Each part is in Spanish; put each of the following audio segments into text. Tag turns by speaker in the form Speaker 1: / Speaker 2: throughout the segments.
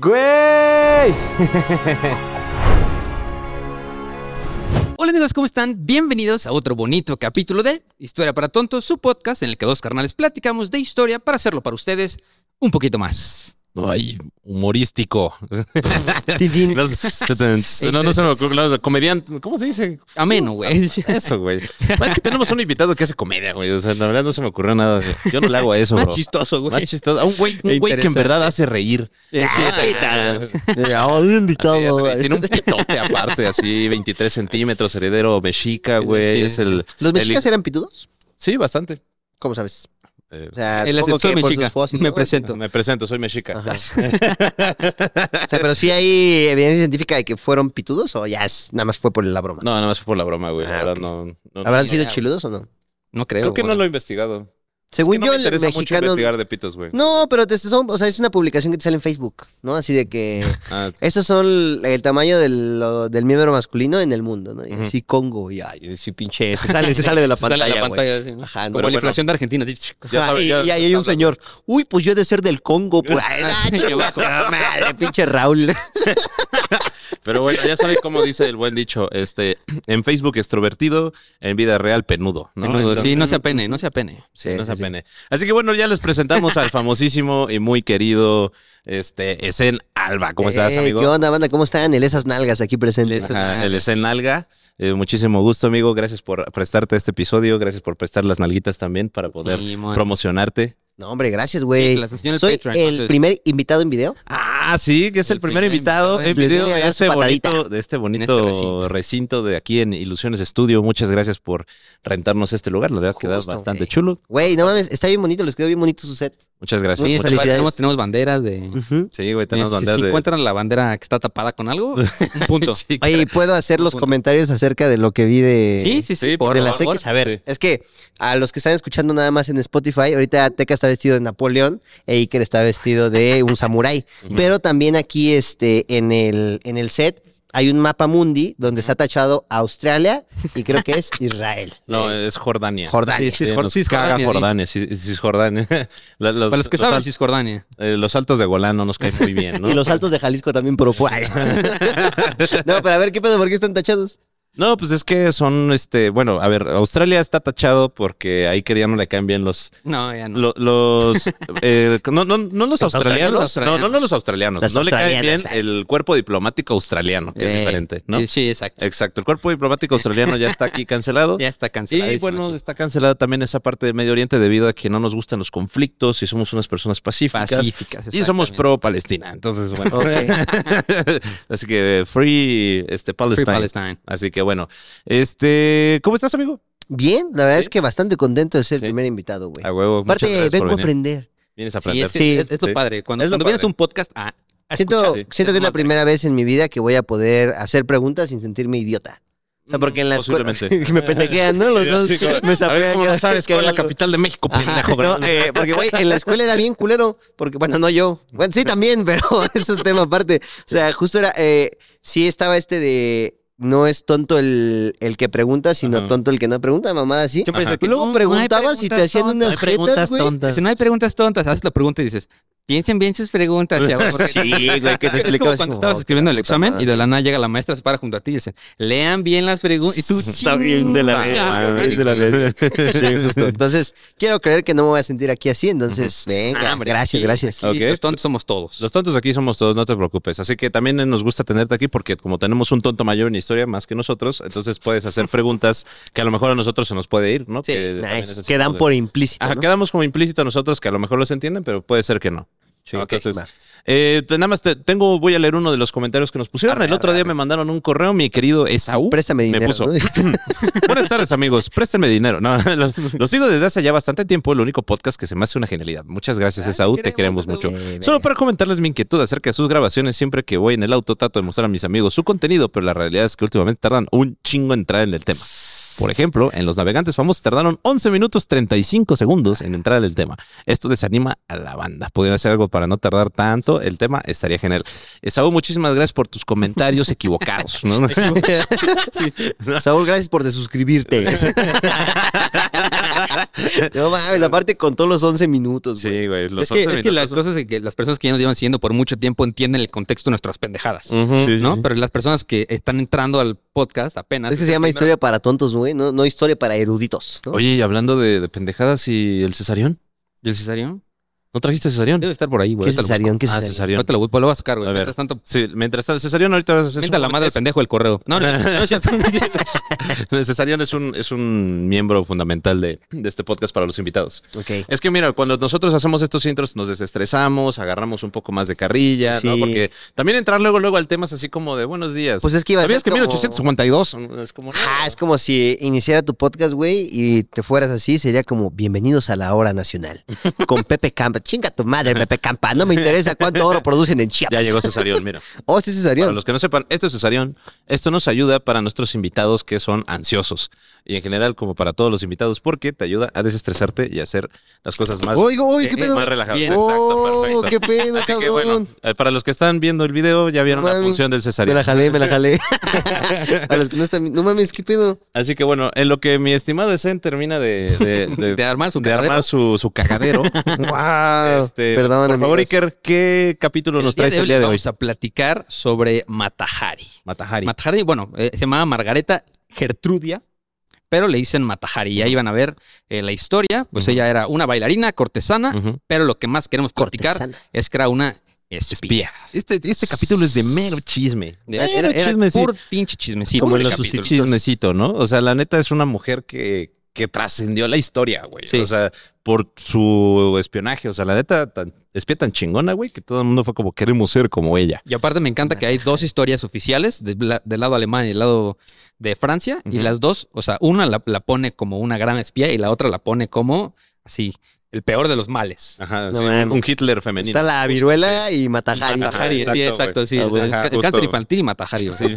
Speaker 1: ¡Güey!
Speaker 2: Hola amigos, ¿cómo están? Bienvenidos a otro bonito capítulo de Historia para Tontos, su podcast en el que dos carnales platicamos de historia para hacerlo para ustedes un poquito más.
Speaker 3: Ay, humorístico.
Speaker 2: Tin,
Speaker 3: Los- no, no se me ocurre. los Comediante. ¿Cómo se dice?
Speaker 2: Ameno, güey.
Speaker 3: Eso, güey. Es que tenemos un invitado que hace comedia, güey. O sea, la verdad no se me ocurrió nada. Yo no le hago a eso,
Speaker 2: Más
Speaker 3: bro.
Speaker 2: chistoso, güey.
Speaker 3: Más chistoso. A un güey, un güey que en
Speaker 2: Interesante.
Speaker 3: verdad hace reír.
Speaker 2: Sí, sí,
Speaker 3: Ah,
Speaker 2: sí.
Speaker 4: oh,
Speaker 3: Así es, güey. tiene un pitote aparte, así, 23 centímetros, heredero mexica, güey.
Speaker 2: Sí.
Speaker 3: Es el.
Speaker 4: ¿Los mexicas
Speaker 3: el-
Speaker 4: eran pitudos?
Speaker 3: Sí, bastante.
Speaker 4: ¿Cómo sabes?
Speaker 3: Eh,
Speaker 4: O sea,
Speaker 2: El
Speaker 4: supongo
Speaker 2: aceptor
Speaker 4: que por sus
Speaker 2: mexica.
Speaker 4: fósiles,
Speaker 2: Me
Speaker 4: ¿no?
Speaker 2: presento.
Speaker 3: Me presento, soy mexica.
Speaker 4: Ajá. o sea, pero sí hay evidencia científica de que fueron pitudos o ya es- nada más fue por la broma.
Speaker 3: No, nada más fue por la broma, güey. La
Speaker 4: Ah,
Speaker 3: verdad,
Speaker 4: ok.
Speaker 3: no, no-
Speaker 4: ¿Habrán
Speaker 3: no-
Speaker 4: sido chiludos o no?
Speaker 2: No creo.
Speaker 3: Creo que no
Speaker 2: güey.
Speaker 3: lo he investigado.
Speaker 4: Según
Speaker 3: es que no
Speaker 4: yo,
Speaker 3: me
Speaker 4: el
Speaker 3: interesa mucho
Speaker 4: mexicano.
Speaker 3: investigar de pitos, güey.
Speaker 4: No, pero te, son, o sea, es una publicación que te sale en Facebook, ¿no? Así de que
Speaker 3: Ah,
Speaker 4: estos son el, el tamaño del, lo- del miembro masculino en el mundo, ¿no? Y
Speaker 3: Ujú.
Speaker 4: así Congo, y ay, sí pinche, se sale, se sale de la
Speaker 2: Sale
Speaker 4: pantalla.
Speaker 2: a la
Speaker 4: güey.
Speaker 2: pantalla. sí, ¿no?
Speaker 4: Ajá,
Speaker 2: Como
Speaker 4: no, pero
Speaker 2: la inflación de Argentina. así.
Speaker 3: Ya
Speaker 4: Ajá,
Speaker 3: sabe,
Speaker 4: y,
Speaker 3: ya-
Speaker 4: y ahí hay un señor, uy, pues yo he de ser del Congo, pues. Ay, ah, chinga tu madre, pinche Raúl.
Speaker 3: Pero bueno, ya saben cómo dice el buen dicho, este, en Facebook extrovertido, en vida real penudo, ¿no?
Speaker 2: Menudo,
Speaker 3: Entonces,
Speaker 2: sí, no se apene, no se apene.
Speaker 3: sí, no se
Speaker 4: Sí, sí, sí.
Speaker 3: apene. Así que bueno, ya les presentamos al famosísimo y muy querido este Esen Alba. ¿Cómo estás,
Speaker 4: Eh,
Speaker 3: amigo?
Speaker 4: ¿Qué onda, banda? ¿Cómo están? El esas nalgas aquí presentes.
Speaker 3: Ajá, el Esen Alga. Eh, muchísimo gusto, amigo. Gracias por prestarte este episodio. Gracias por prestar las nalguitas también para poder
Speaker 2: Sí, mon.
Speaker 3: promocionarte.
Speaker 4: No, hombre, gracias,
Speaker 2: Sí,
Speaker 4: güey.
Speaker 2: que las sesiones
Speaker 4: Soy
Speaker 2: Patreon,
Speaker 4: el
Speaker 2: entonces-
Speaker 4: primer invitado en video.
Speaker 3: Ah, sí, que es el primer
Speaker 2: primer
Speaker 3: invitado
Speaker 2: invitado.
Speaker 3: en
Speaker 4: Les
Speaker 3: video
Speaker 4: viene a
Speaker 3: de
Speaker 4: dar su
Speaker 3: este,
Speaker 4: patadita.
Speaker 3: bonito, de este
Speaker 2: En
Speaker 3: bonito
Speaker 2: este recinto.
Speaker 3: recinto. de aquí en Ilusiones Estudio. Muchas gracias por rentarnos este lugar. La verdad que queda
Speaker 4: Justo,
Speaker 3: bastante
Speaker 4: güey.
Speaker 3: chulo.
Speaker 4: Güey, no mames, está bien bonito, les quedó bien bonito su set.
Speaker 3: Muchas gracias.
Speaker 2: Pues,
Speaker 4: Muchas
Speaker 3: Muchas-
Speaker 4: felicidades.
Speaker 2: Tenemos, tenemos banderas de... eh,
Speaker 3: Sí, güey, tenemos
Speaker 2: Si- si,
Speaker 3: banderas de-
Speaker 2: encuentran la bandera que está tapada con algo, un punto. sí,
Speaker 3: Sí,
Speaker 4: Oye, ¿puedo hacer los
Speaker 2: Punto.
Speaker 4: comentarios acerca de lo que vi de...
Speaker 2: sí, sí, por
Speaker 4: de las
Speaker 2: favor.
Speaker 4: X, a ver, es que a los que están escuchando nada más en Spotify, ahorita Teca está vestido de Napoleón e Iker está vestido de un samurái. Pero también aquí este, en, el, en el set hay un mapa mundi donde está tachado Australia y creo que es Israel.
Speaker 3: No, es Jordania.
Speaker 4: Jordania.
Speaker 2: Sí, sí,
Speaker 3: Sí,
Speaker 2: Jor-
Speaker 3: nos
Speaker 2: Cisjordania,
Speaker 3: caga
Speaker 2: sí.
Speaker 3: Jordania, sí, sí, Cisjordania. La- Los,
Speaker 2: Para los que
Speaker 3: los
Speaker 2: saben,
Speaker 3: al-
Speaker 2: Cisjordania.
Speaker 3: eh, los altos de Golán no nos caen muy bien, ¿no?
Speaker 4: Y los altos de Jalisco también, pero ¿cuál? no, pero a ver, ¿qué pedo? ¿Por qué están tachados?
Speaker 3: No, pues es que son, este, bueno, a ver, Australia está tachado porque ahí querían no le caen bien los,
Speaker 2: No, ya no.
Speaker 3: Lo- los eh, no, no, no los australianos,
Speaker 2: australianos,
Speaker 3: No, no, no los australianos,
Speaker 4: Los
Speaker 3: no le cae bien
Speaker 4: australianos, ah.
Speaker 3: el cuerpo diplomático australiano, que es
Speaker 2: Eh,
Speaker 3: diferente, ¿no?
Speaker 2: Sí, sí, exacto.
Speaker 3: Exacto, el cuerpo diplomático australiano ya está aquí cancelado.
Speaker 2: Ya está cancelado.
Speaker 3: Y bueno, está cancelada también esa parte de Medio Oriente debido a que no nos gustan los conflictos y somos unas personas pacíficas.
Speaker 2: pacíficas.
Speaker 3: Y somos
Speaker 2: exactamente.
Speaker 3: pro Palestina, entonces bueno.
Speaker 4: Ok.
Speaker 3: Así que eh, free este Palestine.
Speaker 2: Palestine.
Speaker 3: Así que bueno, este, ¿cómo estás, amigo?
Speaker 4: Bien, la verdad es que bastante contento de ser
Speaker 3: Sí.
Speaker 4: el primer invitado, güey.
Speaker 3: A huevo, muchas
Speaker 4: Aparte,
Speaker 3: gracias por
Speaker 4: vengo a
Speaker 3: venir.
Speaker 4: aprender.
Speaker 3: Vienes a
Speaker 2: Sí,
Speaker 3: aprender.
Speaker 2: es, que
Speaker 4: Sí,
Speaker 2: es, es lo
Speaker 3: sí.
Speaker 2: padre. Cuando,
Speaker 3: Es lo
Speaker 2: cuando vienes a
Speaker 3: padre.
Speaker 2: un podcast ah, a, a
Speaker 4: Siento,
Speaker 2: escuchar, sí,
Speaker 4: siento que es la
Speaker 2: madre.
Speaker 4: primera vez en mi vida que voy a poder hacer preguntas sin sentirme idiota. O sea, porque en la escuela
Speaker 3: Posiblemente.
Speaker 4: me pendejean, ¿no? Los dos
Speaker 3: Sí, como-
Speaker 4: me
Speaker 3: a ver,
Speaker 4: sapean
Speaker 3: ¿cómo
Speaker 4: cada
Speaker 3: lo sabes?
Speaker 4: vez que
Speaker 3: ¿Cuál es la
Speaker 4: hablo.
Speaker 3: capital de México,
Speaker 4: Ajá,
Speaker 3: pendejo, bro?
Speaker 4: no, eh, porque, güey, en la escuela era bien culero. Porque, bueno, no yo. Bueno, sí, también, pero eso es tema aparte. O sea, justo era. eh, sí, estaba este de. No es tonto el, el que pregunta, sino
Speaker 3: Ajá.
Speaker 4: tonto el que no pregunta, mamada, así.
Speaker 2: Siempre
Speaker 3: Ajá.
Speaker 2: dice
Speaker 4: Y
Speaker 2: que
Speaker 4: luego
Speaker 2: no, no hay
Speaker 4: preguntabas y te
Speaker 2: preguntas
Speaker 4: hacían
Speaker 2: tontas.
Speaker 4: unas jetas, güey.
Speaker 2: Dice, no hay preguntas tontas. Haces la pregunta y dices, piensen bien sus preguntas, chavos. porque-
Speaker 4: Sí, güey, que
Speaker 2: Es
Speaker 4: te
Speaker 2: como cuando
Speaker 4: explicabas como,
Speaker 2: estabas
Speaker 4: "Oh,
Speaker 2: escribiendo el
Speaker 4: puta
Speaker 2: examen
Speaker 4: madre".
Speaker 2: y de la nada llega la maestra, se para junto a ti y dice, lean bien las preguntas. Y tú,
Speaker 4: Está bien de la
Speaker 2: chinga.
Speaker 4: verga, bien de la verga. Sí, justo. Entonces, quiero creer que no me voy a sentir aquí así. Entonces, venga,
Speaker 2: Ah, hombre,
Speaker 4: gracias,
Speaker 2: sí,
Speaker 4: gracias. pues,
Speaker 2: sí,
Speaker 3: Ok.
Speaker 2: Los tontos somos todos.
Speaker 3: Los tontos aquí somos todos, no te preocupes. Así que también nos gusta tenerte aquí porque como tenemos un tonto mayor en historia más que nosotros, entonces puedes hacer preguntas que a lo mejor a nosotros se nos puede ir, ¿no?
Speaker 2: Sí.
Speaker 3: Que también
Speaker 4: Nice.
Speaker 3: es ese tipo
Speaker 4: Quedan
Speaker 3: de-
Speaker 4: por implícito.
Speaker 3: Ajá,
Speaker 4: ¿no?
Speaker 3: quedamos como implícito a nosotros que a lo mejor los entienden, pero puede ser que no.
Speaker 4: Sí,
Speaker 3: Ok.
Speaker 4: entonces, va.
Speaker 3: eh, te- nada más te- tengo, voy a leer uno de los comentarios que nos pusieron. El otro día me mandaron un correo, mi querido Esaú.
Speaker 4: Préstame dinero.
Speaker 3: uh, Me puso.
Speaker 4: ¿no?
Speaker 3: Buenas tardes, amigos. Préstenme dinero. No, lo, lo sigo desde hace ya bastante tiempo. El único podcast que se me hace una genialidad. Muchas gracias, Esaú. Te queremos mucho.
Speaker 4: Esaú.
Speaker 3: Solo para comentarles mi inquietud acerca de sus grabaciones. Siempre que voy en el auto, trato de mostrar a mis amigos su contenido, pero la realidad es que últimamente tardan un chingo en entrar en el tema. Por ejemplo, en Los Navegantes Famosos tardaron 11 minutos 35 segundos en entrar en el tema. Esto desanima a la banda. Podrían hacer algo para no tardar tanto. El tema estaría genial. Esaú, muchísimas gracias por tus comentarios equivocados. ¿no?
Speaker 4: Saúl, gracias por desuscribirte. no mames, aparte con todos los 11 minutos. güey.
Speaker 3: Sí, güey. Los
Speaker 2: es que,
Speaker 3: 11
Speaker 2: es que las
Speaker 3: minutos son-
Speaker 2: cosas que las personas que ya nos llevan siguiendo por mucho tiempo entienden el contexto de nuestras pendejadas.
Speaker 3: Ujú.
Speaker 2: ¿no? Pero las personas que están entrando al podcast apenas.
Speaker 4: Es que se llama historia para tontos, güey, no, no historia para eruditos. ¿no?
Speaker 3: Oye, y hablando de, de pendejadas y el cesarión.
Speaker 2: ¿Y el cesario?
Speaker 3: ¿No trajiste cesarión?
Speaker 2: Debe estar por ahí, güey.
Speaker 4: ¿Qué
Speaker 2: Ahorita lo
Speaker 4: cesarión? ¿Qué
Speaker 3: Ah,
Speaker 4: cesarión?
Speaker 2: busco.
Speaker 3: cesarión.
Speaker 2: Ahorita lo voy- pues lo voy a sacar, güey.
Speaker 3: A ver.
Speaker 2: Mientras tanto,
Speaker 3: Sí, mientras está el cesarión, ahorita vas a hacer
Speaker 2: mientras la
Speaker 3: su-
Speaker 2: madre del pendejo el correo. No, no, no, no es cierto.
Speaker 3: El cesarión es un, es un miembro fundamental de, de este podcast para los invitados.
Speaker 4: Ok.
Speaker 3: Es que mira, cuando nosotros hacemos estos intros nos desestresamos, agarramos un poco más de carrilla, ¿no?
Speaker 4: Sí.
Speaker 3: Porque también entrar luego luego al tema es así como de buenos días.
Speaker 4: Pues es que iba a
Speaker 3: ¿Sabías
Speaker 4: ser
Speaker 3: que
Speaker 4: como-
Speaker 3: 1852 es como no,
Speaker 4: Ah, es como si iniciara tu podcast, güey, y te fueras así, sería como bienvenidos a la hora nacional. Con Pepe Campa. Chinga tu madre, Pepe Campa. No me interesa cuánto oro producen en Chiapas.
Speaker 3: Ya llegó cesarión, mira.
Speaker 4: Oh, sí,
Speaker 3: Para
Speaker 4: cesarión.
Speaker 3: los que no sepan, esto es Cesarión. Esto nos ayuda para nuestros invitados que son ansiosos. Y en general, como para todos los invitados, porque te ayuda a desestresarte y hacer las cosas más,
Speaker 4: Oigo, oigo, qué
Speaker 3: eh,
Speaker 4: pedo.
Speaker 3: más relajadas.
Speaker 4: Bien.
Speaker 3: Exacto,
Speaker 4: Oh,
Speaker 3: perfecto.
Speaker 4: qué pedo,
Speaker 3: Así que,
Speaker 4: cabrón.
Speaker 3: bueno, eh, para los que están viendo el video, ya vieron la
Speaker 4: Mames,
Speaker 3: función del
Speaker 4: Me la
Speaker 3: Cesarión.
Speaker 4: jalé, me la jalé. a los que no están. No mames, qué pedo.
Speaker 3: Así que bueno, en lo que mi estimado Esen termina de, de- de-
Speaker 2: De armar su
Speaker 3: de
Speaker 2: cagadero.
Speaker 3: armar su- su cagadero.
Speaker 4: Wow.
Speaker 3: este,
Speaker 4: Perdón,
Speaker 3: por favor,
Speaker 4: amigos.
Speaker 3: Iker, ¿qué capítulo nos traes el día de hoy?
Speaker 2: Vamos a platicar sobre Matajari.
Speaker 3: Matajari.
Speaker 2: Matajari, bueno, eh, se llamaba Margareta Gertrudia, pero le dicen Matajari. Y ahí van a ver eh, la historia. Pues
Speaker 3: Ujú.
Speaker 2: ella era una bailarina cortesana,
Speaker 3: Ujú.
Speaker 2: pero lo que más queremos platicar
Speaker 4: Cortesana.
Speaker 2: es que era una
Speaker 3: Espía.
Speaker 2: espía.
Speaker 3: Este, este capítulo es de mero chisme.
Speaker 2: De-
Speaker 3: Mero
Speaker 2: Era, era
Speaker 3: chisme, sí. pues,
Speaker 2: puro pinche chismecito.
Speaker 3: como en
Speaker 2: este
Speaker 3: los
Speaker 2: capítulo.
Speaker 3: chismecito, ¿no? O sea, la neta es una mujer que, que trascendió la historia, güey.
Speaker 2: Sí.
Speaker 3: O sea, por su espionaje. O sea, la neta, tan, espía tan chingona, güey, que todo el mundo fue como, queremos ser como ella.
Speaker 2: Y aparte me encanta que hay dos historias oficiales de la- del lado alemán y del lado de Francia. Y
Speaker 3: Ujú.
Speaker 2: las dos, o sea, una la, la pone como una gran espía y la otra la pone como así, el peor de los males.
Speaker 3: Ajá,
Speaker 4: No
Speaker 3: sí,
Speaker 4: mames.
Speaker 3: un Hitler femenino.
Speaker 4: Está la viruela y Matajari.
Speaker 2: Matajari, sí,
Speaker 3: exacto,
Speaker 2: exacto,
Speaker 3: güey.
Speaker 2: sí.
Speaker 3: Ah,
Speaker 2: o sea,
Speaker 3: ajá,
Speaker 2: el
Speaker 3: justo.
Speaker 2: cáncer infantil y Matajari. Sí.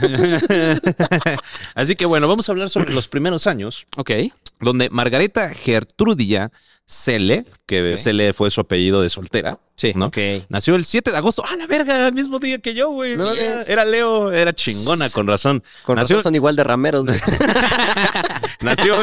Speaker 3: Así que bueno, vamos a hablar sobre los primeros años,
Speaker 2: Ok.
Speaker 3: donde Margareta Gertrudia Cele, que
Speaker 2: Ok.
Speaker 3: Cele fue su apellido de soltera,
Speaker 2: Sí.
Speaker 3: ¿no?
Speaker 4: Ok.
Speaker 3: Nació el 7 de agosto. ¡Ah, la verga! El mismo día que yo, güey.
Speaker 4: No
Speaker 3: Mira,
Speaker 4: mames.
Speaker 3: era Leo, era chingona, con razón.
Speaker 4: Con
Speaker 3: Nació-
Speaker 4: razón son igual de rameros. güey.
Speaker 3: Nació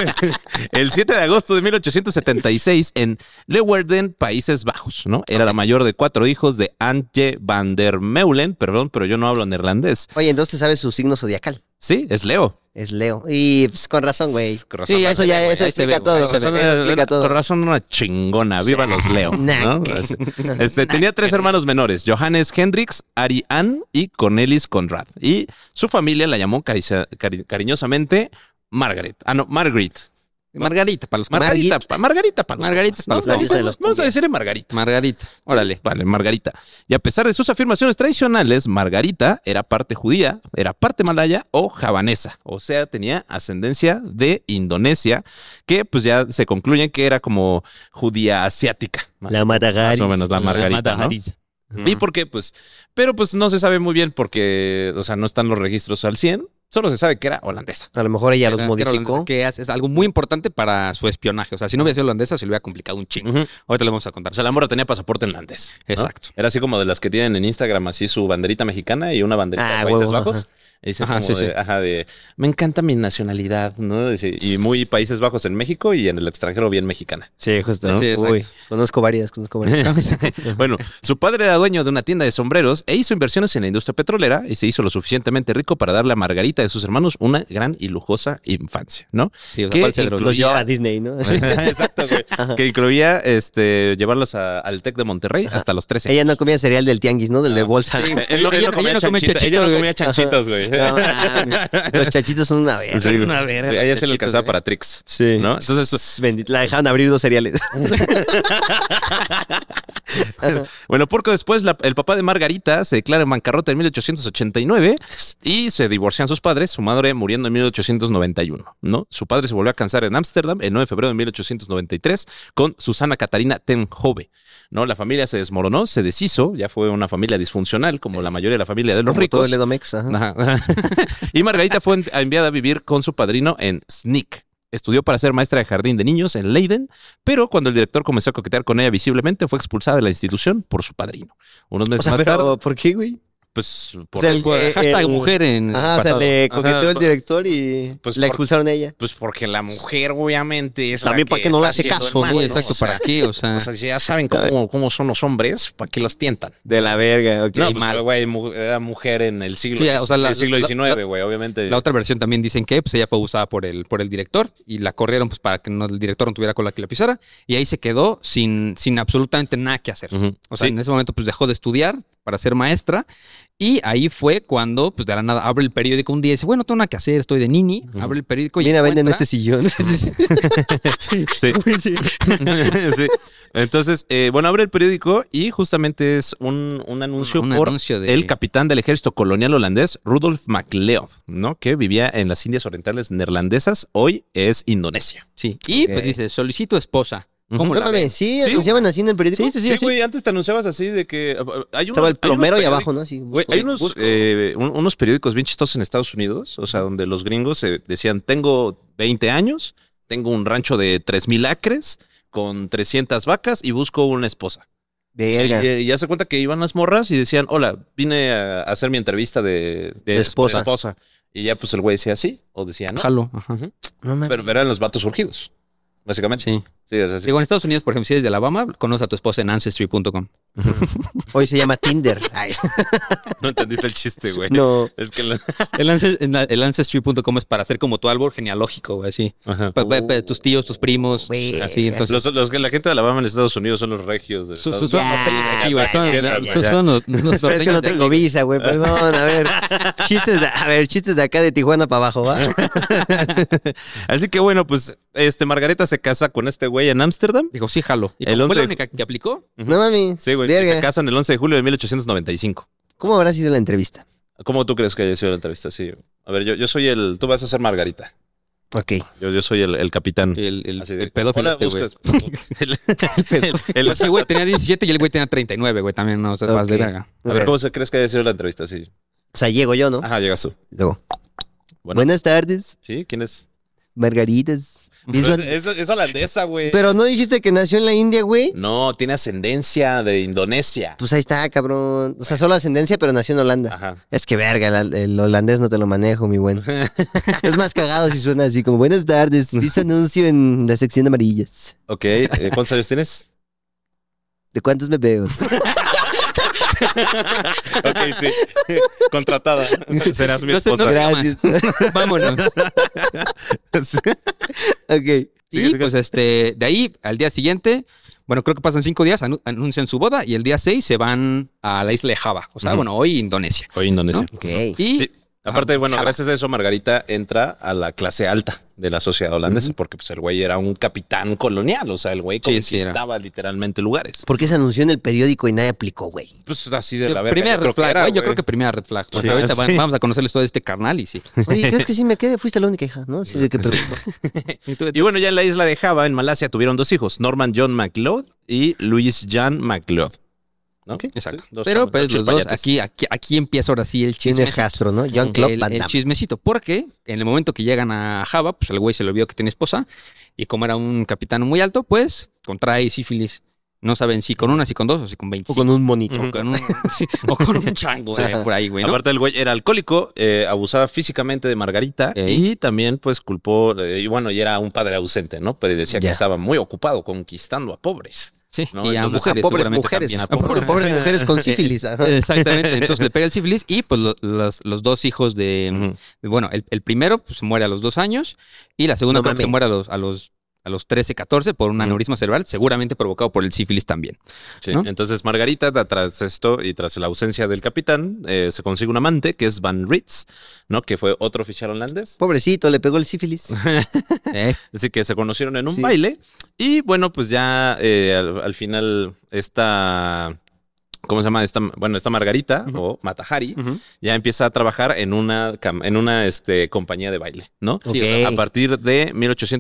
Speaker 3: el 7 de agosto de 1876 en Leeuwarden, Países Bajos, ¿no? Era la mayor de cuatro hijos de Antje van der Meulen, perdón, pero yo no hablo neerlandés.
Speaker 4: Oye, entonces sabes su signo zodiacal.
Speaker 3: Sí, es Leo.
Speaker 4: Es Leo. Y pues, con razón, güey.
Speaker 3: Con razón,
Speaker 4: Sí, eso ya
Speaker 2: güey,
Speaker 4: eso
Speaker 2: ahí se
Speaker 4: explica
Speaker 2: ve,
Speaker 4: todo.
Speaker 2: güey, ahí
Speaker 4: Eso
Speaker 2: se ve.
Speaker 4: explica
Speaker 3: Con
Speaker 4: todo.
Speaker 3: razón, una chingona. Viva los Leo.
Speaker 4: Nah,
Speaker 3: ¿no?
Speaker 4: que-
Speaker 3: Así. Este, tenía tres hermanos menores, Johannes Hendrix, Ari Ann y Cornelis Conrad. Y su familia la llamó caricia- cari- cariñosamente Margaret. Ah, no, Margaret.
Speaker 2: Margarita, para los
Speaker 3: Margarita, pa- Margarita para los
Speaker 2: Margarita
Speaker 3: compas.
Speaker 2: para
Speaker 3: Vamos
Speaker 2: los
Speaker 3: a
Speaker 4: compas.
Speaker 3: decirle- Vamos a decirle Margarita.
Speaker 2: Margarita. Órale.
Speaker 3: Vale, Margarita. Y a pesar de sus afirmaciones tradicionales, Margarita era parte judía, era parte malaya o javanesa. O sea, tenía ascendencia de Indonesia, que pues ya se concluye que era como judía asiática. Más,
Speaker 4: La Matagaris.
Speaker 3: más o menos la Margarita. ¿no? Y porque, pues, pero pues no se sabe muy bien porque, o sea, no están los registros al 100, solo se sabe que era holandesa.
Speaker 4: A lo mejor ella los
Speaker 2: Era- que era
Speaker 4: modificó.
Speaker 2: holandesa, Que es, es algo muy importante para su espionaje. O sea, si no hubiera sido holandesa, se le hubiera complicado un chingo. Ahorita le vamos a contar.
Speaker 3: O sea, la mora tenía pasaporte holandés. ¿no?
Speaker 2: Exacto.
Speaker 3: Era así como de las que tienen en Instagram así su banderita mexicana y una banderita
Speaker 4: Ah,
Speaker 3: de Países
Speaker 4: huevo,
Speaker 3: Bajos.
Speaker 4: ajá.
Speaker 3: Y dicen
Speaker 2: Ajá,
Speaker 3: como
Speaker 2: sí,
Speaker 3: de,
Speaker 2: sí.
Speaker 3: ajá, de, me encanta mi nacionalidad, ¿no? Y sí, Y muy Países Bajos en México y en el extranjero bien mexicana.
Speaker 4: Sí, justo.
Speaker 2: Sí, exacto.
Speaker 4: Uy, conozco varias, conozco varias.
Speaker 3: bueno, su padre era dueño de una tienda de sombreros e hizo inversiones en la industria petrolera y se hizo lo suficientemente rico para darle a Margarita favorita de sus hermanos, una gran y lujosa infancia, ¿no?
Speaker 2: Sí, o sea,
Speaker 3: Que
Speaker 2: ¿cuál se drogó?
Speaker 4: Los
Speaker 3: incluía-
Speaker 4: llevaba a Disney, ¿no?
Speaker 3: Exacto, güey. Que incluía este, llevarlos a- al TEC de Monterrey hasta los 13
Speaker 4: Ella no comía cereal del tianguis, ¿no? Del de bolsa.
Speaker 3: Ah, Sí,
Speaker 4: ¿no?
Speaker 3: güey. Él no-
Speaker 2: Ella
Speaker 3: él
Speaker 2: no-
Speaker 3: no comía
Speaker 2: ella no comía
Speaker 3: chanchita-
Speaker 2: chanchito,
Speaker 3: ella no
Speaker 2: güey.
Speaker 3: comía chanchitos, güey.
Speaker 4: No, mames. los chachitos son una verga.
Speaker 3: Sí, güey.
Speaker 2: Una verga,
Speaker 3: Sí, a ella
Speaker 2: los
Speaker 3: se le
Speaker 2: chanchitos,
Speaker 3: alcanzaba
Speaker 2: güey.
Speaker 3: para tricks.
Speaker 4: Sí.
Speaker 3: ¿No? Entonces,
Speaker 4: Bendito, La dejaban abrir dos cereales.
Speaker 3: bueno, poco después la- el papá de Margarita se declara en bancarrota en 1889 y se divorcian sus padres, su madre muriendo en 1891, ¿no? Su padre se volvió a cansar en Ámsterdam el 9 de febrero de 1893 con Susana Catarina Tenhove, ¿no? La familia se desmoronó, se deshizo, ya fue una familia disfuncional como la mayoría de la familia de los
Speaker 4: Como
Speaker 3: ricos.
Speaker 4: Todo el Edomex. ajá.
Speaker 3: Ajá. y Margarita fue en- enviada a vivir con su padrino en Sneak. Estudió para ser maestra de jardín de niños en Leiden, pero cuando el director comenzó a coquetear con ella visiblemente, fue expulsada de la institución por su padrino. Unos
Speaker 4: O
Speaker 3: meses
Speaker 4: sea,
Speaker 3: más tarde,
Speaker 4: pero ¿por qué, güey?
Speaker 3: pues por,
Speaker 4: o sea, el-
Speaker 3: por-
Speaker 4: eh,
Speaker 2: Hashtag
Speaker 4: el-
Speaker 2: mujer en.
Speaker 4: Ajá, o sea,
Speaker 2: patado.
Speaker 4: le
Speaker 3: Ajá,
Speaker 4: coqueteó el
Speaker 3: pa-
Speaker 4: director y
Speaker 3: pues
Speaker 4: la
Speaker 3: por-
Speaker 4: expulsaron a ella.
Speaker 3: pues porque la mujer obviamente es
Speaker 4: También
Speaker 3: la
Speaker 4: para que no le
Speaker 3: está
Speaker 4: hace
Speaker 3: haciendo el
Speaker 4: caso,
Speaker 3: mal,
Speaker 2: Sí,
Speaker 4: güey,
Speaker 3: ¿no?
Speaker 2: exacto.
Speaker 3: O sea,
Speaker 2: ¿Para qué? O sea,
Speaker 3: o sea, ya saben cómo, cómo son los hombres, para que los tientan.
Speaker 4: De la verga, ok.
Speaker 3: No, pues, güey, mu- era mujer en el siglo,
Speaker 2: Sí, o sea, la-
Speaker 3: el siglo
Speaker 2: la-
Speaker 3: XIX, güey, obviamente.
Speaker 2: la otra versión también dicen que pues, ella fue abusada por el, por el director y la corrieron pues, para que no- el director no tuviera cola que la pisara. Y ahí se quedó sin, sin absolutamente nada que hacer.
Speaker 3: Ujú.
Speaker 2: O sea,
Speaker 3: Sí.
Speaker 2: en ese momento pues dejó de estudiar para ser maestra y ahí fue cuando pues de la nada abre el periódico un día y dice, bueno, no tengo nada que hacer, estoy de nini, abre el periódico y
Speaker 4: Mira, venden este
Speaker 2: encuentra-
Speaker 4: sillón.
Speaker 3: Sí. Sí. Entonces, eh, bueno, abre el periódico y justamente es un, un anuncio
Speaker 2: Un
Speaker 3: por
Speaker 2: anuncio de-
Speaker 3: el capitán del ejército colonial holandés, Rudolf MacLeod, ¿no? Que vivía en las Indias Orientales neerlandesas, hoy es Indonesia.
Speaker 2: Sí. Y pues dice, solicito esposa. ¿Cómo
Speaker 4: No
Speaker 2: la ves?
Speaker 4: mames, sí,
Speaker 3: Sí.
Speaker 4: anunciaban así en el periódico.
Speaker 2: Sí, sí, sí. así.
Speaker 3: antes te anunciabas así de que... ah,
Speaker 4: Estaba el plomero y abajo, ¿no? Así,
Speaker 3: Güey,
Speaker 4: busco.
Speaker 3: hay unos, eh, un- unos periódicos bien chistosos en Estados Unidos, o sea, donde los gringos eh, decían, tengo 20 años, tengo un rancho de 3.000 acres con 300 vacas y busco una esposa.
Speaker 4: Verga.
Speaker 3: Y, eh, y ya se cuenta que iban las morras y decían, hola, vine a hacer mi entrevista de, de
Speaker 4: De esposa.
Speaker 3: de esposa. Y ya pues el güey decía sí o decía no.
Speaker 2: Jalo. Ajá.
Speaker 4: No mames.
Speaker 3: Pero eran los vatos surgidos, básicamente.
Speaker 2: Sí.
Speaker 3: Sí, o sea, sí.
Speaker 2: Digo, en Estados Unidos, por ejemplo, si eres de Alabama, conoce a tu esposa en ancestry.com.
Speaker 4: Hoy se llama Tinder. Ay,
Speaker 3: No entendiste el chiste, güey.
Speaker 4: no.
Speaker 3: Es que... la-
Speaker 2: El, ances- en la- el ancestry.com es para hacer como tu árbol genealógico, güey, así.
Speaker 3: Ajá.
Speaker 2: Pa- pa- pa- tus tíos, tus primos,
Speaker 4: Güey.
Speaker 2: así. Entonces,
Speaker 3: Los, los que la gente de Alabama en Estados Unidos son los regios de
Speaker 2: Son-
Speaker 3: Estados
Speaker 2: son-
Speaker 3: Unidos.
Speaker 2: son
Speaker 4: Ya,
Speaker 2: norteños aquí, güey, son-
Speaker 3: ya, ya,
Speaker 2: son-
Speaker 3: ya.
Speaker 2: son los- los
Speaker 4: Pero es que
Speaker 2: norteños
Speaker 4: no
Speaker 2: de
Speaker 4: tengo
Speaker 2: aquí.
Speaker 4: visa, güey, perdón. A ver, chistes de, a ver, chistes de acá de Tijuana para abajo, ¿va?
Speaker 3: Así que bueno, pues este Margareta se casa con este güey en Ámsterdam.
Speaker 2: Dijo, sí, jalo. Y
Speaker 3: El
Speaker 2: como fue la
Speaker 3: 11
Speaker 2: única que aplicó,
Speaker 4: No mami.
Speaker 3: Sí, güey. y
Speaker 4: Verga.
Speaker 3: Se casan el 11 de julio de 1895.
Speaker 4: ¿Cómo habrá sido la entrevista?
Speaker 3: ¿Cómo tú crees que haya sido la entrevista? Sí. A ver, yo, yo soy el... Tú vas a ser Margarita.
Speaker 4: Ok.
Speaker 3: Yo, yo soy el, el capitán.
Speaker 2: el, el,
Speaker 3: Mm. Así de,
Speaker 2: el pedófilo
Speaker 3: "Hola,
Speaker 2: este, güey.
Speaker 3: buscas- el- el- el-
Speaker 2: Ese güey tenía 17 y el güey tenía 39, güey, también, no, o sea, más de
Speaker 4: Ok.
Speaker 2: verga.
Speaker 3: a ver, ¿cómo se crees que haya sido la entrevista? Sí.
Speaker 4: O sea, llego yo, ¿no?
Speaker 3: Ajá, llegas tú.
Speaker 4: Luego,
Speaker 3: Bueno.
Speaker 4: Buenas tardes,
Speaker 3: ¿Sí? ¿Quién es?
Speaker 4: margaritas.
Speaker 3: Pero
Speaker 4: Bisbal-
Speaker 3: Es, es- es holandesa, güey.
Speaker 4: Pero no dijiste que nació en la India, güey.
Speaker 3: No, tiene ascendencia de Indonesia.
Speaker 4: Pues ahí está, cabrón. O sea, solo ascendencia, pero nació en Holanda.
Speaker 2: Ah.
Speaker 3: Ajá.
Speaker 4: Es que verga, la- el holandés no te lo manejo, mi buen. es más cagado si suena así como buenas tardes. Vi su anuncio en la sección de amarillas.
Speaker 3: Ok. eh, ¿Cuántos años tienes?
Speaker 4: ¿De cuántos me veo?
Speaker 3: Ok, sí. Contratada. Serás mi
Speaker 2: No sé, no
Speaker 3: esposa.
Speaker 2: sé nada más. Vámonos.
Speaker 4: ok.
Speaker 2: Y pues este, de ahí al día siguiente, bueno, creo que pasan cinco días, anu- anuncian su boda y el día seis se van a la isla de Java. O sea,
Speaker 3: Ujú.
Speaker 2: bueno, hoy Indonesia.
Speaker 3: Oye, Indonesia.
Speaker 4: Ok.
Speaker 2: Y
Speaker 3: Sí. Aparte, bueno, gracias a eso Margarita entra a la clase alta de la sociedad holandesa, porque pues el güey era un capitán colonial, o sea, el güey
Speaker 2: Sí, sí, era.
Speaker 3: conquistaba literalmente lugares.
Speaker 4: ¿Por qué se anunció en el periódico y nadie aplicó, güey?
Speaker 3: Pues así de la verga.
Speaker 2: primera
Speaker 3: yo
Speaker 2: red
Speaker 3: creo que
Speaker 2: flag,
Speaker 3: era,
Speaker 2: güey, yo
Speaker 3: güey.
Speaker 2: creo que primera red flag. Porque
Speaker 3: Sí,
Speaker 2: ahorita
Speaker 3: sí.
Speaker 2: van- vamos a conocer la historia de este carnal y sí.
Speaker 4: Oye, ¿crees que sí me quede? Fuiste la única hija, ¿no? Así de que pero-
Speaker 3: Y bueno, ya en la isla de Java, en Malasia, tuvieron dos hijos, Norman John MacLeod y Louis Jan MacLeod. ¿No?
Speaker 2: Exacto.
Speaker 3: Sí, dos
Speaker 2: Pero
Speaker 3: chamos-
Speaker 2: pues los dos,
Speaker 3: chilpayates.
Speaker 2: aquí, aquí, aquí empieza ahora sí el
Speaker 4: Tiene
Speaker 2: chisme.
Speaker 4: Castro, ¿no? John Klopp
Speaker 2: el,
Speaker 4: Van
Speaker 2: el
Speaker 4: Damme.
Speaker 2: chismecito, porque en el momento que llegan a Java, pues el güey se lo vio que tiene esposa y como era un capitán muy alto, pues contrae sífilis. No saben si con una, si con dos o si con 25.
Speaker 4: O con un monito.
Speaker 2: o, con un, sí, o con un chango eh, por ahí, güey. ¿no?
Speaker 3: Aparte, el güey era alcohólico, eh, abusaba físicamente de Margarita
Speaker 2: Ey.
Speaker 3: y también, pues, culpó, eh, y bueno, y era un padre ausente, ¿no? Pero decía
Speaker 4: Ya.
Speaker 3: que estaba muy ocupado conquistando a pobres.
Speaker 2: Sí,
Speaker 3: No,
Speaker 2: y a
Speaker 3: entonces,
Speaker 2: mujeres,
Speaker 4: a pobres
Speaker 2: seguramente
Speaker 4: mujeres.
Speaker 2: también, a
Speaker 4: A pobres, pobres mujeres con sífilis. ajá.
Speaker 2: Exactamente, entonces le pega el sífilis y pues lo- las- los dos hijos de, de- bueno, el, el primero pues, se muere a los dos años y la segunda
Speaker 4: No
Speaker 2: creo que se
Speaker 4: mames.
Speaker 2: muere a los, a los, a los 13, 14 por un aneurisma cerebral, seguramente provocado por el sífilis también.
Speaker 3: Sí,
Speaker 2: ¿no?
Speaker 3: Entonces Margarita, da- tras esto y tras la ausencia del capitán, eh, se consigue un amante que es Van Ritz, ¿no? Que fue otro fichar holandés.
Speaker 4: Pobrecito, le pegó el sífilis.
Speaker 2: Eh,
Speaker 3: Así que se conocieron en un
Speaker 4: Sí.
Speaker 3: baile. Y bueno, pues ya eh, al, al final esta... ¿Cómo se llama? Esta, bueno, esta Margarita o Matahari ya empieza a trabajar en una, cam- en una este, compañía de baile, ¿no?
Speaker 4: Ok.
Speaker 3: A partir de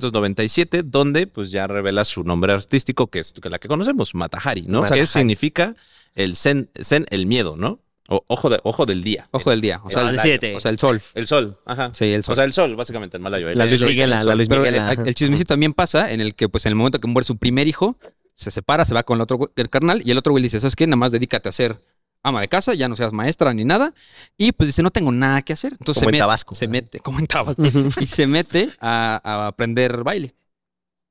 Speaker 3: 1897, donde pues ya revela su nombre artístico, que es que la que conocemos, Matahari, ¿no?
Speaker 4: Matahari.
Speaker 3: Que significa el zen, zen, el miedo, ¿no? O ojo, de, ojo del día.
Speaker 2: ojo del día, o sea,
Speaker 3: Ah,
Speaker 2: el,
Speaker 4: Eh, siete.
Speaker 2: o sea, el sol.
Speaker 3: El sol, ajá.
Speaker 2: Sí, el sol.
Speaker 3: O sea, el sol, básicamente, en malayo.
Speaker 4: La
Speaker 3: El-
Speaker 4: Luis
Speaker 3: el-
Speaker 4: Miguela,
Speaker 3: el
Speaker 4: la
Speaker 3: sol.
Speaker 4: Luis
Speaker 2: Pero eh,
Speaker 4: Miguela,
Speaker 2: el,
Speaker 4: ajá.
Speaker 2: chismecito también pasa en el que, pues, en el momento que muere su primer hijo, se separa, se va con el otro güe- el carnal y el otro güey le dice, ¿sabes qué? Nada más dedícate a ser ama de casa, ya no seas maestra ni nada. Y pues dice, no tengo nada que hacer. Entonces
Speaker 4: Como
Speaker 2: se
Speaker 4: en
Speaker 2: met-
Speaker 4: Tabasco.
Speaker 2: Se mete, como en Tabasco. y se mete a, a aprender baile.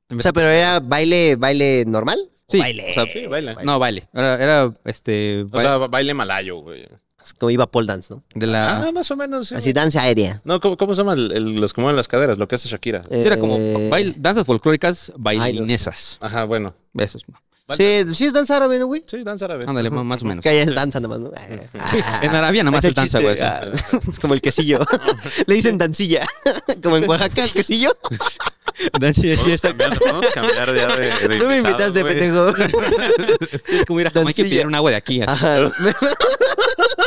Speaker 4: O sea, pero era baile, baile normal.
Speaker 2: Sí,
Speaker 4: baile.
Speaker 2: o sea,
Speaker 3: Sí, baila.
Speaker 2: No, baile. Era, era, este,
Speaker 3: O sea, baile malayo, güey.
Speaker 4: Es Como iba pole dance, ¿no?
Speaker 2: de la...
Speaker 3: Ah, más o menos. sí,
Speaker 4: Así,
Speaker 3: güey.
Speaker 4: danza aérea.
Speaker 3: No, ¿cómo, cómo se llama el- el- los que mueven las caderas? Lo que hace Shakira.
Speaker 2: sí, era como
Speaker 4: Eh,
Speaker 2: bail- danzas folclóricas bailinesas.
Speaker 3: Ajá, bueno.
Speaker 2: Besos.
Speaker 4: Sí, sí es danza árabe, ¿no, güey?
Speaker 3: Sí, danza árabe.
Speaker 4: Pues,
Speaker 2: Ándale, más o menos.
Speaker 4: Que allá es danza nomás, ¿no?
Speaker 2: Sí, en Arabia nada más
Speaker 4: Ah, Ese
Speaker 2: es danza, güey.
Speaker 4: chiste,
Speaker 2: sí.
Speaker 4: ah, es como el quesillo. Le dicen dancilla. Como en Oaxaca, el quesillo.
Speaker 2: Danza- sí,
Speaker 3: Podemos
Speaker 2: está-
Speaker 3: cambiar, podemos cambiar ya de, de
Speaker 4: Tú me
Speaker 3: invitados,
Speaker 4: invitaste,
Speaker 3: güey.
Speaker 4: pendejo.
Speaker 2: Es como ir a Jamaica y
Speaker 4: Sencilla.
Speaker 2: pedir un agua de aquí. así.
Speaker 4: Ajá.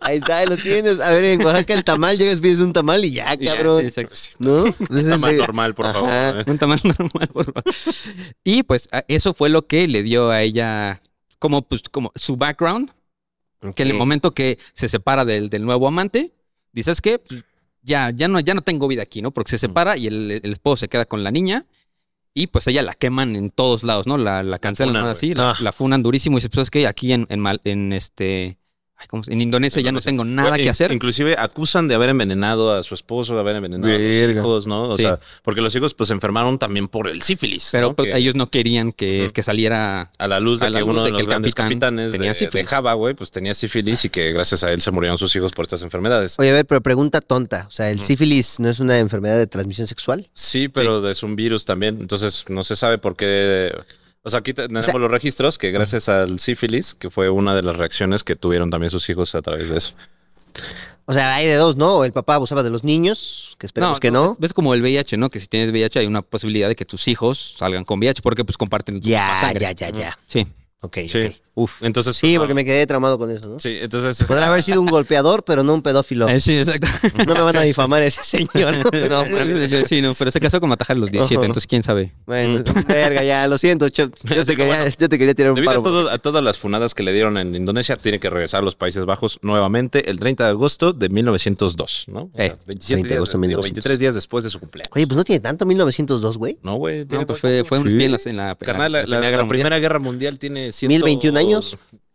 Speaker 4: Ahí está, lo tienes. A ver, en Oaxaca el tamal, llegas, pides un tamal y ya,
Speaker 2: Y ya, sí,
Speaker 4: cabrón.
Speaker 2: exacto.
Speaker 4: ¿No? Pues Un
Speaker 3: Está más normal, por favor.
Speaker 2: Un tamal normal, por favor. Y pues a- eso fue lo que le dio a ella como, pues, como su background, que en el momento que se separa del, del nuevo amante, dices que Pues, ya, ya, no, ya no tengo vida aquí, ¿no? Porque se separa y el, el esposo se queda con la niña. Y pues ella la queman en todos lados, ¿no? La, la cancelan
Speaker 3: funan,
Speaker 2: ¿no?
Speaker 3: güey.
Speaker 2: así, la, la funan durísimo. Y dice, pues es que aquí en, en, Mal- en este, ay, ¿cómo se- en Indonesia ya no tengo nada
Speaker 3: Bueno,
Speaker 2: que
Speaker 3: in-
Speaker 2: hacer.
Speaker 3: Inclusive acusan de haber envenenado a su esposo, de haber envenenado a
Speaker 4: Verga.
Speaker 3: sus hijos, ¿no? O
Speaker 2: Sí.
Speaker 3: sea, porque los hijos pues se enfermaron también por el sífilis.
Speaker 2: Pero
Speaker 3: ¿no?
Speaker 2: pues,
Speaker 3: Que-
Speaker 2: ellos no querían que, que saliera
Speaker 3: a la luz de
Speaker 2: a la
Speaker 3: que
Speaker 2: luz
Speaker 3: uno
Speaker 2: de
Speaker 3: de
Speaker 2: que
Speaker 3: los
Speaker 2: el
Speaker 3: grandes
Speaker 2: capitán
Speaker 3: capitanes
Speaker 2: tenía
Speaker 3: de, de
Speaker 2: sífilis.
Speaker 3: Java, güey, pues tenía sífilis y que gracias a él se murieron sus hijos por estas enfermedades.
Speaker 4: Oye, a ver, pero pregunta tonta. O sea, ¿el sífilis no es una enfermedad de transmisión sexual?
Speaker 3: Sí, pero es un virus también. Entonces no se sabe por qué. O sea, aquí te- tenemos
Speaker 4: sea-
Speaker 3: los registros que gracias al sífilis, que fue una de las reacciones que tuvieron también sus hijos a través de eso.
Speaker 4: O sea, hay de dos, ¿no? O el papá abusaba de los niños, que esperemos pues, que no.
Speaker 2: Ves, ves como el VIH, ¿no? Que si tienes VIH hay una posibilidad de que tus hijos salgan con VIH porque pues comparten tu misma
Speaker 4: Ya,
Speaker 2: sangre.
Speaker 4: ya, ya, ya.
Speaker 2: Sí.
Speaker 4: Ok,
Speaker 3: Sí.
Speaker 4: ok.
Speaker 3: Uf. Entonces.
Speaker 4: Sí,
Speaker 3: pues,
Speaker 4: porque
Speaker 3: no.
Speaker 4: me quedé traumado con eso, ¿no?
Speaker 3: Sí, entonces. este,
Speaker 4: Podrá haber sido un golpeador, pero no un pedófilo.
Speaker 2: Eh, sí, exacto.
Speaker 4: No me van a difamar a ese señor. ¿no? Pero,
Speaker 2: sí, no, pero se casó con Matajari a los 17, entonces quién sabe.
Speaker 4: bueno, verga, ya, lo siento, Chop. Yo, te quería- yo te quería tirar un
Speaker 3: Debido a,
Speaker 4: paro.
Speaker 3: todo- a todas las funadas que le dieron en Indonesia, tiene que regresar a los Países Bajos nuevamente el 30 de agosto de 1902, ¿no? O sea,
Speaker 2: Eh,
Speaker 3: 27
Speaker 4: 30 de agosto de
Speaker 3: días, digo,
Speaker 4: 1902.
Speaker 3: 23 días después de su cumpleaños.
Speaker 4: Oye, pues no tiene tanto 1902, güey.
Speaker 3: No, güey. tiene
Speaker 2: No, pues
Speaker 3: poco.
Speaker 2: fue, fue un
Speaker 3: Sí.
Speaker 2: espía en la, en la-
Speaker 3: Carnal, la,
Speaker 2: en
Speaker 3: la- la
Speaker 2: Guerra Mundial.
Speaker 3: Primera Guerra Mundial tiene 100,
Speaker 4: 1021 años.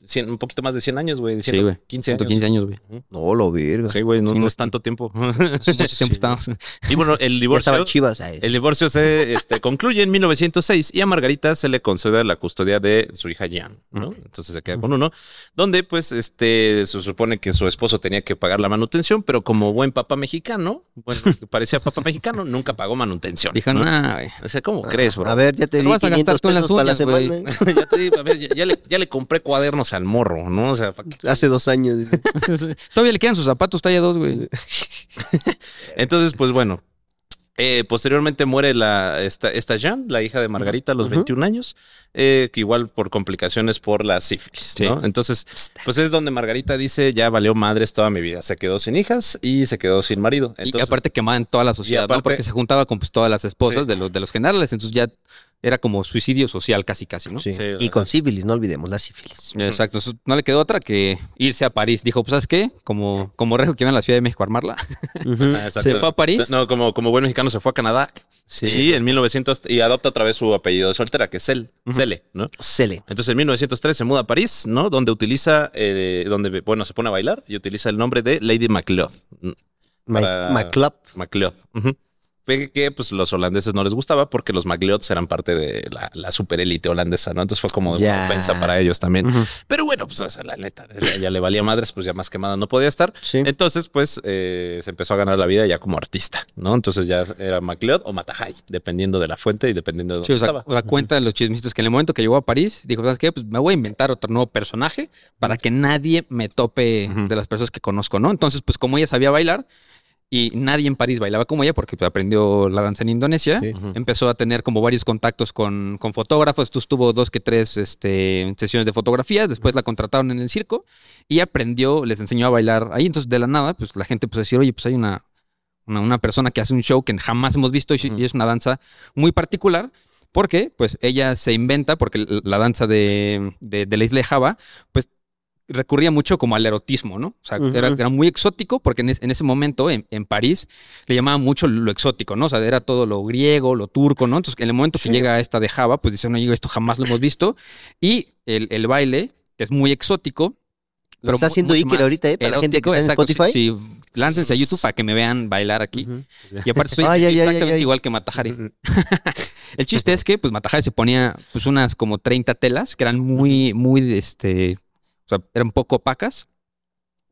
Speaker 3: 100, un poquito más de 100 años, güey.
Speaker 2: Sí, güey.
Speaker 3: 115 años.
Speaker 2: 115 años, güey.
Speaker 4: No, lo verga.
Speaker 3: Sí, güey, no,
Speaker 2: Sí,
Speaker 3: no
Speaker 2: güey.
Speaker 3: es tanto tiempo.
Speaker 2: Mucho tiempo estábamos.
Speaker 3: y bueno, el
Speaker 4: Ya
Speaker 3: divorcio...
Speaker 4: estaba chivas. ay.
Speaker 3: El divorcio se este, concluye en 1906 y a Margarita se le concede la custodia de su hija Jean, ¿no? Entonces se queda con uno, donde pues este se supone que su esposo tenía que pagar la manutención, pero como buen papá mexicano, bueno, que parecía papá mexicano, nunca pagó manutención.
Speaker 2: Dijo,
Speaker 3: ¿no?
Speaker 2: nah, güey.
Speaker 3: O sea, ¿cómo crees, bro?
Speaker 4: A ver, ya
Speaker 2: Te
Speaker 4: te di
Speaker 2: lo vas a
Speaker 4: 500
Speaker 2: gastar tú en las
Speaker 4: pesos para la
Speaker 2: uñas, güey.
Speaker 4: semana.
Speaker 3: ya, te digo, a ver, ya, ya le, ya le compré cuadernos al morro, ¿no? O sea, ¿pa' qué?
Speaker 4: Hace dos años. dice.
Speaker 2: Todavía le quedan sus zapatos talla 2, güey.
Speaker 3: Entonces, pues bueno. eh, posteriormente muere la, esta, esta Jean, la hija de Margarita, a los 21 años, eh, que igual por complicaciones por la sífilis, ¿no? Entonces, pues es donde Margarita dice, ya valió madres toda mi vida. Se quedó sin hijas y se quedó sin marido.
Speaker 2: y
Speaker 3: Entonces,
Speaker 2: aparte quemaban toda la sociedad,
Speaker 3: y aparte-
Speaker 2: ¿no? Porque se juntaba con pues, todas las esposas
Speaker 3: Sí.
Speaker 2: de, los, de los generales, entonces ya era como suicidio social casi, casi, ¿no?
Speaker 4: Sí.
Speaker 3: Sí,
Speaker 4: Y
Speaker 3: ajá.
Speaker 4: con sífilis, no olvidemos la sífilis.
Speaker 2: Exacto, eso- no le quedó otra que irse a París. Dijo, pues, ¿sabes qué? Como, como Rejo que iba a la Ciudad de México a armarla.
Speaker 3: Ah, exacto.
Speaker 2: se fue a París. pues
Speaker 3: No, como, como buen mexicano se fue a Canadá. Sí, en 1900 y adopta otra vez su apellido de soltera, que es Cel, Cele, ¿no?
Speaker 4: Cele.
Speaker 3: Entonces en 1903 se muda a París, ¿no? Donde utiliza, eh, donde, bueno, se pone a bailar y utiliza el nombre de Lady MacLeod.
Speaker 4: My,
Speaker 3: Para-
Speaker 4: my club.
Speaker 3: MacLeod. ujú. Pegue que pues, los holandeses no les gustaba porque los Magliots eran parte de la, la superélite holandesa, ¿no? Entonces fue como
Speaker 4: Ya.
Speaker 3: una ofensa para ellos también. Pero bueno, pues o sea, la neta, ya, ya le valía madres, pues ya más quemada no podía estar.
Speaker 4: Sí.
Speaker 3: Entonces, pues eh, se empezó a ganar la vida ya como artista, ¿no? Entonces ya era Magliot o Matajay, dependiendo de la fuente y dependiendo de dónde
Speaker 2: Sí, o sea,
Speaker 3: estaba.
Speaker 2: o sea, cuenta de los chismecitos que en el momento que llegó a París, dijo, ¿sabes qué? Pues me voy a inventar otro nuevo personaje para que nadie me tope de las personas que conozco, ¿no? Entonces, pues como ella sabía bailar y nadie en París bailaba como ella porque pues, aprendió la danza en Indonesia, empezó a tener como varios contactos con, con fotógrafos, tú estuvo dos que tres este, sesiones de fotografías, después la contrataron en el circo y aprendió, les enseñó a bailar ahí, entonces de la nada, pues la gente pues decir, oye, pues hay una... Una, una persona que hace un show que jamás hemos visto y- y es una danza muy particular. Porque, pues, ella se inventa, porque l- la danza de, de- de la isla de Java, pues, recurría mucho como al erotismo, ¿no? O sea, era, era muy exótico porque en, es- en ese momento, en, en París, le llamaba mucho lo exótico, ¿no? O sea, era todo lo griego, lo turco, ¿no? Entonces, en el momento que llega esta de Java, pues, dice, no, digo, esto jamás lo hemos visto. Y el, el baile, que es muy exótico.
Speaker 4: Lo está
Speaker 2: mu-
Speaker 4: haciendo
Speaker 2: mucho
Speaker 4: Iker
Speaker 2: más
Speaker 4: ahorita, ¿eh? Para la gente que
Speaker 2: erótico,
Speaker 4: está en
Speaker 2: exacto,
Speaker 4: Spotify.
Speaker 2: Sí, sí, láncense a YouTube para que me vean bailar aquí. Y aparte soy
Speaker 4: Ay, ay, ay,
Speaker 2: exactamente
Speaker 4: ay, ay.
Speaker 2: igual que Matajari. El chiste es que, pues, Matajari se ponía, pues, unas como 30 telas que eran muy, muy, este, o sea, eran poco opacas.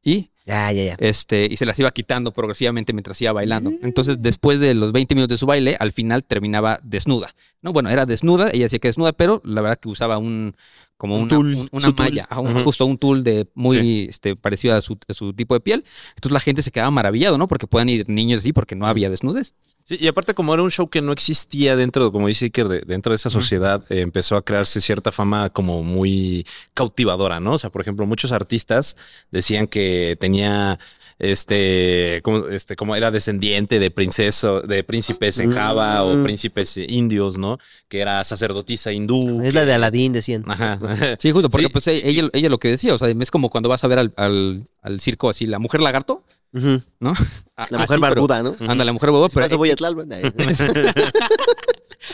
Speaker 2: Y,
Speaker 4: Ya, ya, ya.
Speaker 2: este, y se las iba quitando progresivamente mientras iba bailando.
Speaker 4: Mm.
Speaker 2: Entonces, después de los 20 minutos de su baile, al final terminaba desnuda. No, bueno, era desnuda, ella decía que desnuda, pero la verdad que usaba un, como una, un- una malla, ajá, un- justo un tul de muy este, parecido a su, a su tipo de piel. Entonces, la gente se quedaba maravillado, ¿no? Porque puedan ir niños así, porque no había desnudes.
Speaker 3: Sí, y aparte, como era un show que no existía dentro, como dice Iker, de- dentro de esa sociedad, eh, empezó a crearse cierta fama como muy cautivadora, ¿no? O sea, por ejemplo, muchos artistas decían que tenía este como, este, como era descendiente de princeso, de príncipes en Java o príncipes indios, ¿no? Que era sacerdotisa hindú.
Speaker 4: Es la de Aladín, decían.
Speaker 3: Ajá.
Speaker 2: Sí, justo, porque
Speaker 3: Sí,
Speaker 2: pues e- ella, ella lo que decía, o sea, es como cuando vas a ver al, al- al circo así, la mujer lagarto,
Speaker 3: Ah,
Speaker 4: Ujú.
Speaker 2: ¿no?
Speaker 4: La mujer barbuda, ¿no?
Speaker 2: Anda, la mujer barbuda,
Speaker 4: Por
Speaker 2: pero, eh,
Speaker 4: eso voy a Tlalpan.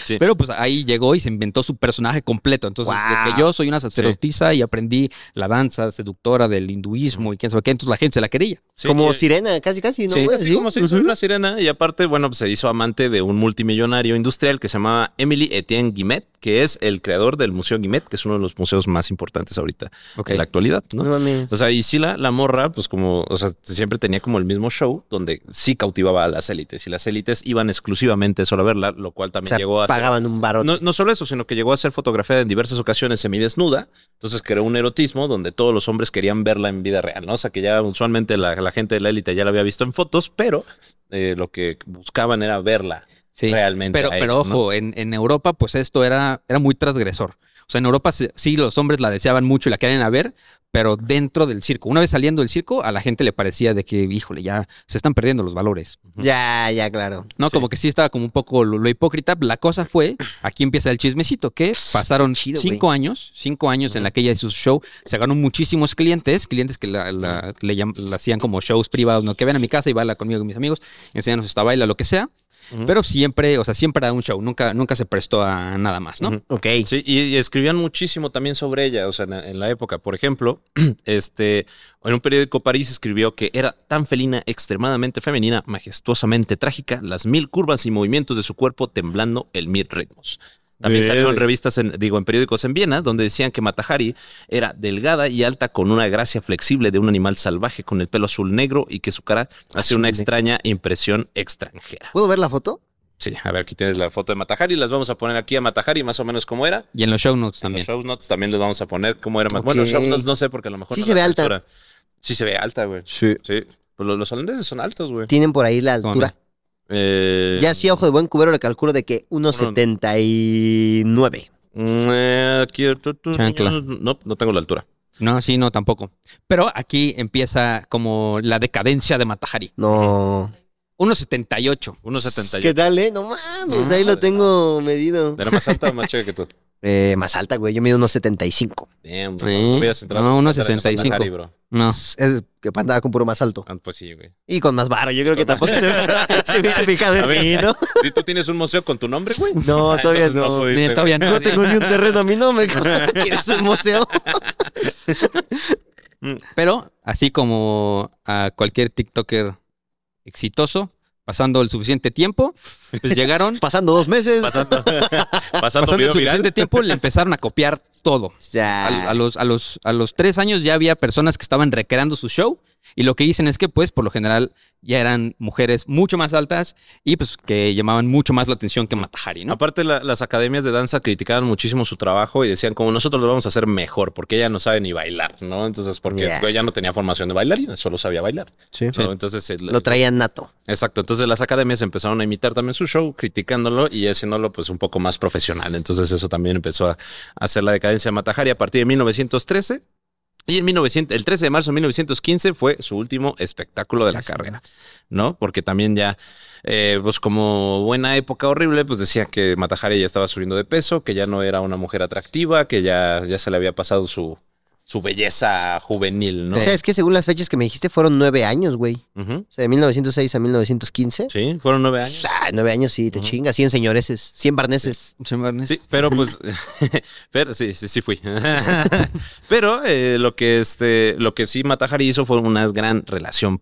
Speaker 3: Sí.
Speaker 2: pero pues ahí llegó y se inventó su personaje completo. Entonces, de que yo soy una sacerdotisa y aprendí la danza seductora del hinduismo y quién sabe qué, entonces la gente se la quería.
Speaker 3: Sí,
Speaker 4: Como
Speaker 3: y-
Speaker 4: sirena, casi, casi, ¿no?
Speaker 3: Sí,
Speaker 4: Bueno,
Speaker 3: así
Speaker 4: sí.
Speaker 3: como se hizo una sirena. Y aparte, bueno, pues se hizo amante de un multimillonario industrial que se llamaba Emily Etienne Guimet, que es el creador del Museo Guimet, que es uno de los museos más importantes ahorita
Speaker 2: Ok.
Speaker 3: en la actualidad, ¿no?
Speaker 4: No mames.
Speaker 3: O sea, y sí la, la morra, pues como, o sea, siempre tenía como el mismo show donde sí cautivaba a las élites y las élites iban exclusivamente solo a verla, lo cual
Speaker 4: O
Speaker 3: también
Speaker 4: sea,
Speaker 3: llegó a ser-
Speaker 4: pagaban un barote.
Speaker 3: no, no solo eso, sino que llegó a ser fotografiada en diversas ocasiones semidesnuda. Entonces creó un erotismo donde todos los hombres querían verla en vida real, ¿no? O sea, que ya usualmente la, la gente de la élite ya la había visto en fotos, pero eh, lo que buscaban era verla
Speaker 2: Sí,
Speaker 3: realmente.
Speaker 2: Pero,
Speaker 3: a
Speaker 2: pero
Speaker 3: ella, ¿no?
Speaker 2: ojo, en, en Europa, pues esto era, era muy transgresor. O sea, en Europa sí- sí los hombres la deseaban mucho y la querían a ver, pero dentro del circo. Una vez saliendo del circo, a la gente le parecía de que, híjole, ya se están perdiendo los valores.
Speaker 4: Ya, ya, claro.
Speaker 2: No, como que sí estaba como un poco lo, lo hipócrita. La cosa fue, aquí empieza el chismecito, que pasaron
Speaker 4: chido,
Speaker 2: cinco años, cinco años en la que ella hizo su show, se ganó muchísimos clientes, clientes que la, la- le llam- la hacían como shows privados, ¿no? Que ven a mi casa y baila conmigo, con mis amigos, enséñanos esta baila, lo que sea. Pero siempre, o sea, siempre era un show, nunca, nunca se prestó a nada más, ¿no?
Speaker 4: Ok.
Speaker 3: Sí, y, y escribían muchísimo también sobre ella, o sea, en, en la época. Por ejemplo, este, en un periódico París escribió que era tan felina, extremadamente femenina, majestuosamente trágica, las mil curvas y movimientos de su cuerpo temblando el mil ritmos. También salió en revistas, en- digo, en periódicos en Viena, donde decían que Matahari era delgada y alta con una gracia flexible de un animal salvaje con el pelo azul negro y que su cara hacía una extraña impresión extranjera.
Speaker 4: ¿Puedo ver la foto?
Speaker 3: Sí, a ver, aquí tienes la foto de Matahari, las vamos a poner aquí a Matahari más o menos como era.
Speaker 2: Y en los show notes
Speaker 3: En
Speaker 2: también.
Speaker 3: Los show notes también les vamos a poner cómo era más. Bueno,
Speaker 4: Ok.
Speaker 3: show notes no sé porque a lo mejor.
Speaker 4: Sí
Speaker 3: no
Speaker 4: se
Speaker 3: la
Speaker 4: ve alta.
Speaker 3: censura. Sí se ve alta, güey.
Speaker 4: Sí.
Speaker 3: Sí. Pues los, los holandeses son altos, güey.
Speaker 4: Tienen por ahí la altura.
Speaker 3: Eh,
Speaker 4: Ya sí, a ojo de buen cubero le calculo de que 1,79.
Speaker 3: mm, eh, aquí, tu, tu,
Speaker 2: Chancla.
Speaker 3: No, no tengo la altura.
Speaker 2: No, sí, no, tampoco. Pero aquí empieza como la decadencia de Matahari.
Speaker 4: No.
Speaker 2: 1.78.
Speaker 3: 1.78.
Speaker 4: ¿Qué tal, eh? No mames, ahí lo tengo medido.
Speaker 3: Era más alta o más chica que tú.
Speaker 4: Eh, más alta, güey. Yo mido 1,75.
Speaker 3: Damn,
Speaker 2: Sí.
Speaker 3: bro. Hubieras entrado
Speaker 2: No,
Speaker 3: a los estándares de
Speaker 2: 1.65.
Speaker 3: Matahari, bro.
Speaker 2: No.
Speaker 4: Es que andaba con puro más alto.
Speaker 3: Ah, pues sí, güey.
Speaker 4: Y con más varo. Yo creo que tampoco se, se hubiera fijado
Speaker 3: A
Speaker 4: en
Speaker 3: ver.
Speaker 4: mí, ¿no?
Speaker 3: Si tú tienes un museo con tu nombre, güey.
Speaker 4: No, todavía
Speaker 3: Entonces
Speaker 4: no.
Speaker 3: pudiste,
Speaker 2: Ni- todavía no.
Speaker 4: No tengo ni un terreno a mi nombre. ¿cómo ¿Quieres un museo?
Speaker 2: Pero así como a cualquier TikToker exitoso, Pasando el suficiente tiempo, pues llegaron.
Speaker 4: Pasando dos meses.
Speaker 5: Pasando, pasando
Speaker 2: pasando el
Speaker 5: video viral.
Speaker 2: suficiente tiempo, le empezaron a copiar todo.
Speaker 4: Ya.
Speaker 2: Al- A, los, a, los, a los tres años ya había personas que estaban recreando su show y lo que dicen es que pues por lo general ya eran mujeres mucho más altas y pues que llamaban mucho más la atención que Matahari, ¿no?
Speaker 3: Aparte, la- las academias de danza criticaban muchísimo su trabajo y decían, como nosotros lo vamos a hacer mejor, porque ella no sabe ni bailar, ¿no? Entonces, porque
Speaker 4: Yeah.
Speaker 3: ella no tenía formación de bailarina, solo sabía bailar.
Speaker 4: Sí.
Speaker 3: ¿no? Entonces, el-
Speaker 4: Lo traían nato.
Speaker 3: Exacto. Entonces, las academias empezaron a imitar también su show, criticándolo y haciéndolo, pues, un poco más profesional. Entonces, eso también empezó a hacer la decadencia de Matajari a partir de 1913. Y en 1900, el 13 de marzo de 1915 fue su último espectáculo de la carrera, ¿no? Porque también ya, eh, pues como buena época horrible, pues decía que Matajari ya estaba subiendo de peso, que ya no era una mujer atractiva, que ya, ya se le había pasado su, su belleza juvenil, ¿no?
Speaker 4: O sea, es que según las fechas que me dijiste fueron nueve años, güey.
Speaker 3: Ujú.
Speaker 4: O sea, de 1906 a 1915.
Speaker 3: Sí, fueron nueve
Speaker 4: O
Speaker 3: años.
Speaker 4: sea, Ah, nueve años sí, te chingas. 100 señoreses, 100 barneses.
Speaker 3: Sí, pero pues, pero sí, sí, sí fui. pero eh, lo que este, lo que sí Matajari hizo fue una gran relación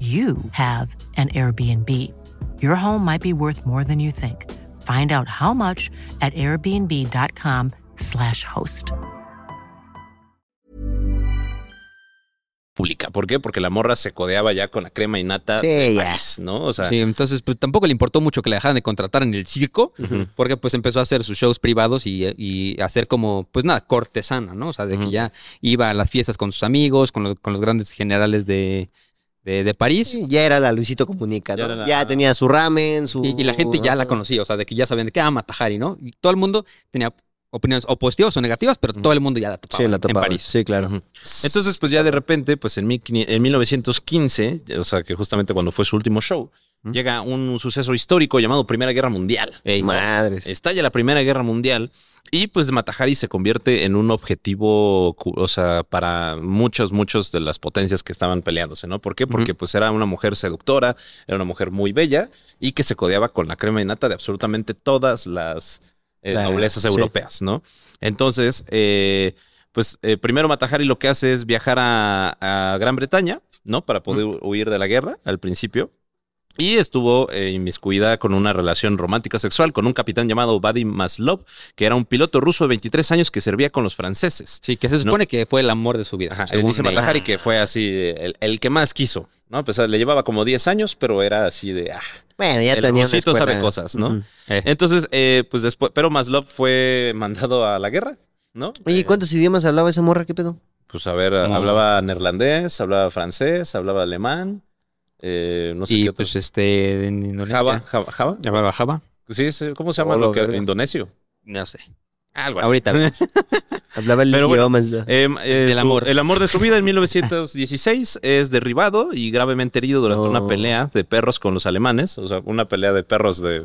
Speaker 6: you have an Airbnb. Your home might be worth more than you think. Find out how much at airbnb.com/slash host.
Speaker 3: pública. ¿Por qué? Porque la morra se codeaba ya con la crema y nata
Speaker 4: Sí,
Speaker 3: del
Speaker 4: ya.
Speaker 3: país, ¿no? O sea,
Speaker 2: Sí, entonces pues tampoco le importó mucho que la dejaran de contratar en el circo, porque pues empezó a hacer sus shows privados y, y hacer como, pues nada, cortesana, ¿no? O sea, de que ya iba a las fiestas con sus amigos, con los, con los grandes generales de, de, de París.
Speaker 4: Sí, ya era la Luisito Comunica, ¿no?
Speaker 3: Ya
Speaker 4: Ya,
Speaker 3: era la-
Speaker 4: tenía su ramen, su...
Speaker 2: Y, y la gente ya la conocía, o sea, de que ya sabían de qué ama Tajari, ¿no? Y todo el mundo tenía opiniones o positivas o negativas, pero todo el mundo ya la topaba,
Speaker 4: Sí, la topaba.
Speaker 2: en París.
Speaker 4: Sí, claro.
Speaker 3: entonces pues ya de repente, pues en, 1500 en 1915, o sea, que justamente cuando fue su último show, llega un suceso histórico llamado Primera Guerra Mundial.
Speaker 4: Madres.
Speaker 3: Estalla la Primera Guerra Mundial y pues Matajari se convierte en un objetivo, cu- o sea, para muchos, muchos de las potencias que estaban peleándose, ¿no? ¿Por qué? Porque pues era una mujer seductora, era una mujer muy bella y que se codeaba con la crema y nata de absolutamente todas las eh,
Speaker 4: La-
Speaker 3: noblezas
Speaker 4: sí.
Speaker 3: europeas, ¿no? Entonces, eh, pues eh, primero Matajari lo que hace es viajar a, a Gran Bretaña, ¿no? Para poder huir de la guerra al principio. Y estuvo eh, inmiscuida con una relación romántica sexual con un capitán llamado Vadim Maslov, que era un piloto ruso de 23 años que servía con los franceses.
Speaker 2: Sí, que se supone que fue el amor de su vida.
Speaker 3: Ajá, él
Speaker 2: Ah, según
Speaker 3: dice
Speaker 2: ella.
Speaker 3: Matajari que fue así el, el que más quiso, ¿no? A pesar le llevaba como 10 años, pero era así de... ah,
Speaker 4: Bueno, ya
Speaker 3: el
Speaker 4: tenía una
Speaker 3: rusito
Speaker 4: escuela.
Speaker 3: sabe cosas, ¿no?
Speaker 4: Ujú.
Speaker 2: Eh.
Speaker 3: Entonces, eh, pues después, pero Maslov fue mandado a la guerra, ¿no?
Speaker 4: Oye,
Speaker 3: Eh,
Speaker 4: ¿y ¿cuántos idiomas hablaba esa morra? ¿Qué pedo?
Speaker 3: Pues a ver,
Speaker 2: No.
Speaker 3: hablaba neerlandés, hablaba francés, hablaba alemán, eh, no sé
Speaker 2: y
Speaker 3: qué otro.
Speaker 2: pues este, en Indonesia.
Speaker 3: Java, Java, Java.
Speaker 2: Java, Java.
Speaker 3: Sí, sí, ¿cómo se llama
Speaker 4: Hola,
Speaker 3: lo que
Speaker 4: verga.
Speaker 3: indonesio?
Speaker 2: No sé.
Speaker 3: Algo
Speaker 2: Ahorita.
Speaker 4: Hablaba el
Speaker 3: Pero bueno,
Speaker 4: idioma.
Speaker 3: Eh, eh,
Speaker 2: Del
Speaker 3: su-
Speaker 2: amor.
Speaker 3: El amor de su vida en 1916 es derribado y gravemente herido durante
Speaker 4: No.
Speaker 3: una pelea de perros con los alemanes, o sea, una pelea de perros de,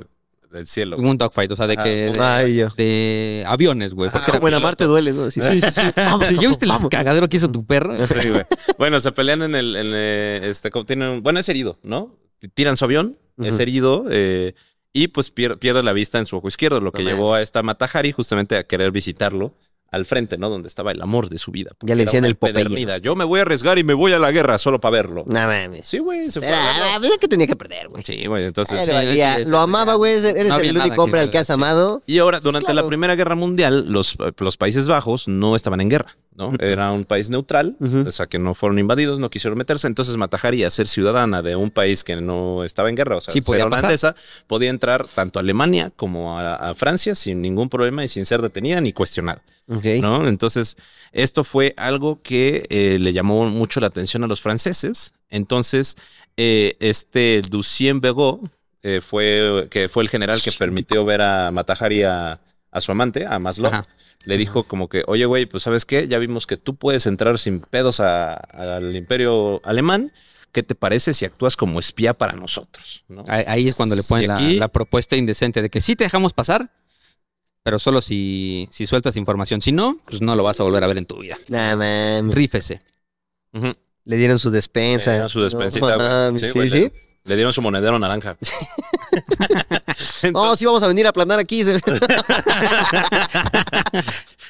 Speaker 3: del cielo.
Speaker 2: un dogfight, o sea, de
Speaker 3: Ah,
Speaker 2: que.
Speaker 3: un-
Speaker 2: de-
Speaker 4: Ay, yo.
Speaker 2: de aviones, güey. Porque eh, era-
Speaker 4: Como en Marte duele, ¿no? Sí, sí, sí. Vamos,
Speaker 2: ¿Ya
Speaker 4: capo,
Speaker 2: viste el
Speaker 4: vamos.
Speaker 2: cagadero que hizo tu perro?
Speaker 3: Sí, güey. bueno, se pelean en el, en, eh, este, como tienen, un- bueno, es herido, ¿no? T- Tiran su avión, es
Speaker 4: Ujú.
Speaker 3: herido eh, y pues pier- pierde la vista en su ojo izquierdo, lo que
Speaker 4: No
Speaker 3: llevó a esta Matajari justamente a querer visitarlo al frente, ¿no? Donde estaba el amor de su vida.
Speaker 4: Ya le
Speaker 3: Era
Speaker 4: decían
Speaker 3: una
Speaker 4: el Popeye.
Speaker 3: empedernida. Yo me voy a arriesgar y me voy a la guerra solo para verlo.
Speaker 4: No mames.
Speaker 3: Sí, güey, se fue a la guerra.
Speaker 4: Era, era que tenía que perder, güey.
Speaker 3: Sí, güey, entonces...
Speaker 4: Era,
Speaker 2: sí,
Speaker 4: valía.
Speaker 2: sí, sí,
Speaker 4: lo
Speaker 2: sí,
Speaker 4: amaba,
Speaker 2: ya.
Speaker 4: güey. Eres
Speaker 2: No había
Speaker 4: el
Speaker 2: nada que
Speaker 4: único hombre al que has
Speaker 2: perder,
Speaker 4: amado.
Speaker 3: Y ahora, durante
Speaker 4: claro.
Speaker 3: la Primera Guerra Mundial, los, los Países Bajos no estaban en guerra, ¿no? Era un país neutral, o sea, que no fueron invadidos, no quisieron meterse. Entonces, Matajari, a ser ciudadana de un país que no estaba en guerra, o sea,
Speaker 2: Sí,
Speaker 3: ser
Speaker 2: podía pasar.
Speaker 3: holandesa, podía entrar tanto a Alemania como a, a Francia sin ningún problema y sin ser detenida ni cuestionada,
Speaker 4: Ok.
Speaker 3: ¿no? Entonces, esto fue algo que eh, le llamó mucho la atención a los franceses. Entonces, eh, este Lucien Bego, eh, fue, que fue el general que permitió ver a Matajari a, a su amante, a Maslow.
Speaker 2: Ajá.
Speaker 3: Le dijo como que, oye, güey, pues sabes qué, ya vimos que tú puedes entrar sin pedos a- al imperio alemán. ¿qué te parece si actúas como espía para nosotros? ¿no?
Speaker 2: Ahí, ahí es cuando le ponen
Speaker 3: Y
Speaker 2: la,
Speaker 3: aquí-
Speaker 2: la propuesta indecente de que sí te dejamos pasar, pero solo si, si sueltas información. Si no, pues no lo vas a volver a ver en tu vida.
Speaker 4: Nah, mames.
Speaker 2: Rífese.
Speaker 3: Ujú.
Speaker 4: Le dieron su despensa.
Speaker 3: Le dieron su despensita,
Speaker 4: No,
Speaker 3: güey.
Speaker 4: mames,
Speaker 3: Sí,
Speaker 4: sí,
Speaker 3: güey,
Speaker 4: sí.
Speaker 3: Le dieron su monedero naranja.
Speaker 4: No, sí vamos a venir a aplanar aquí.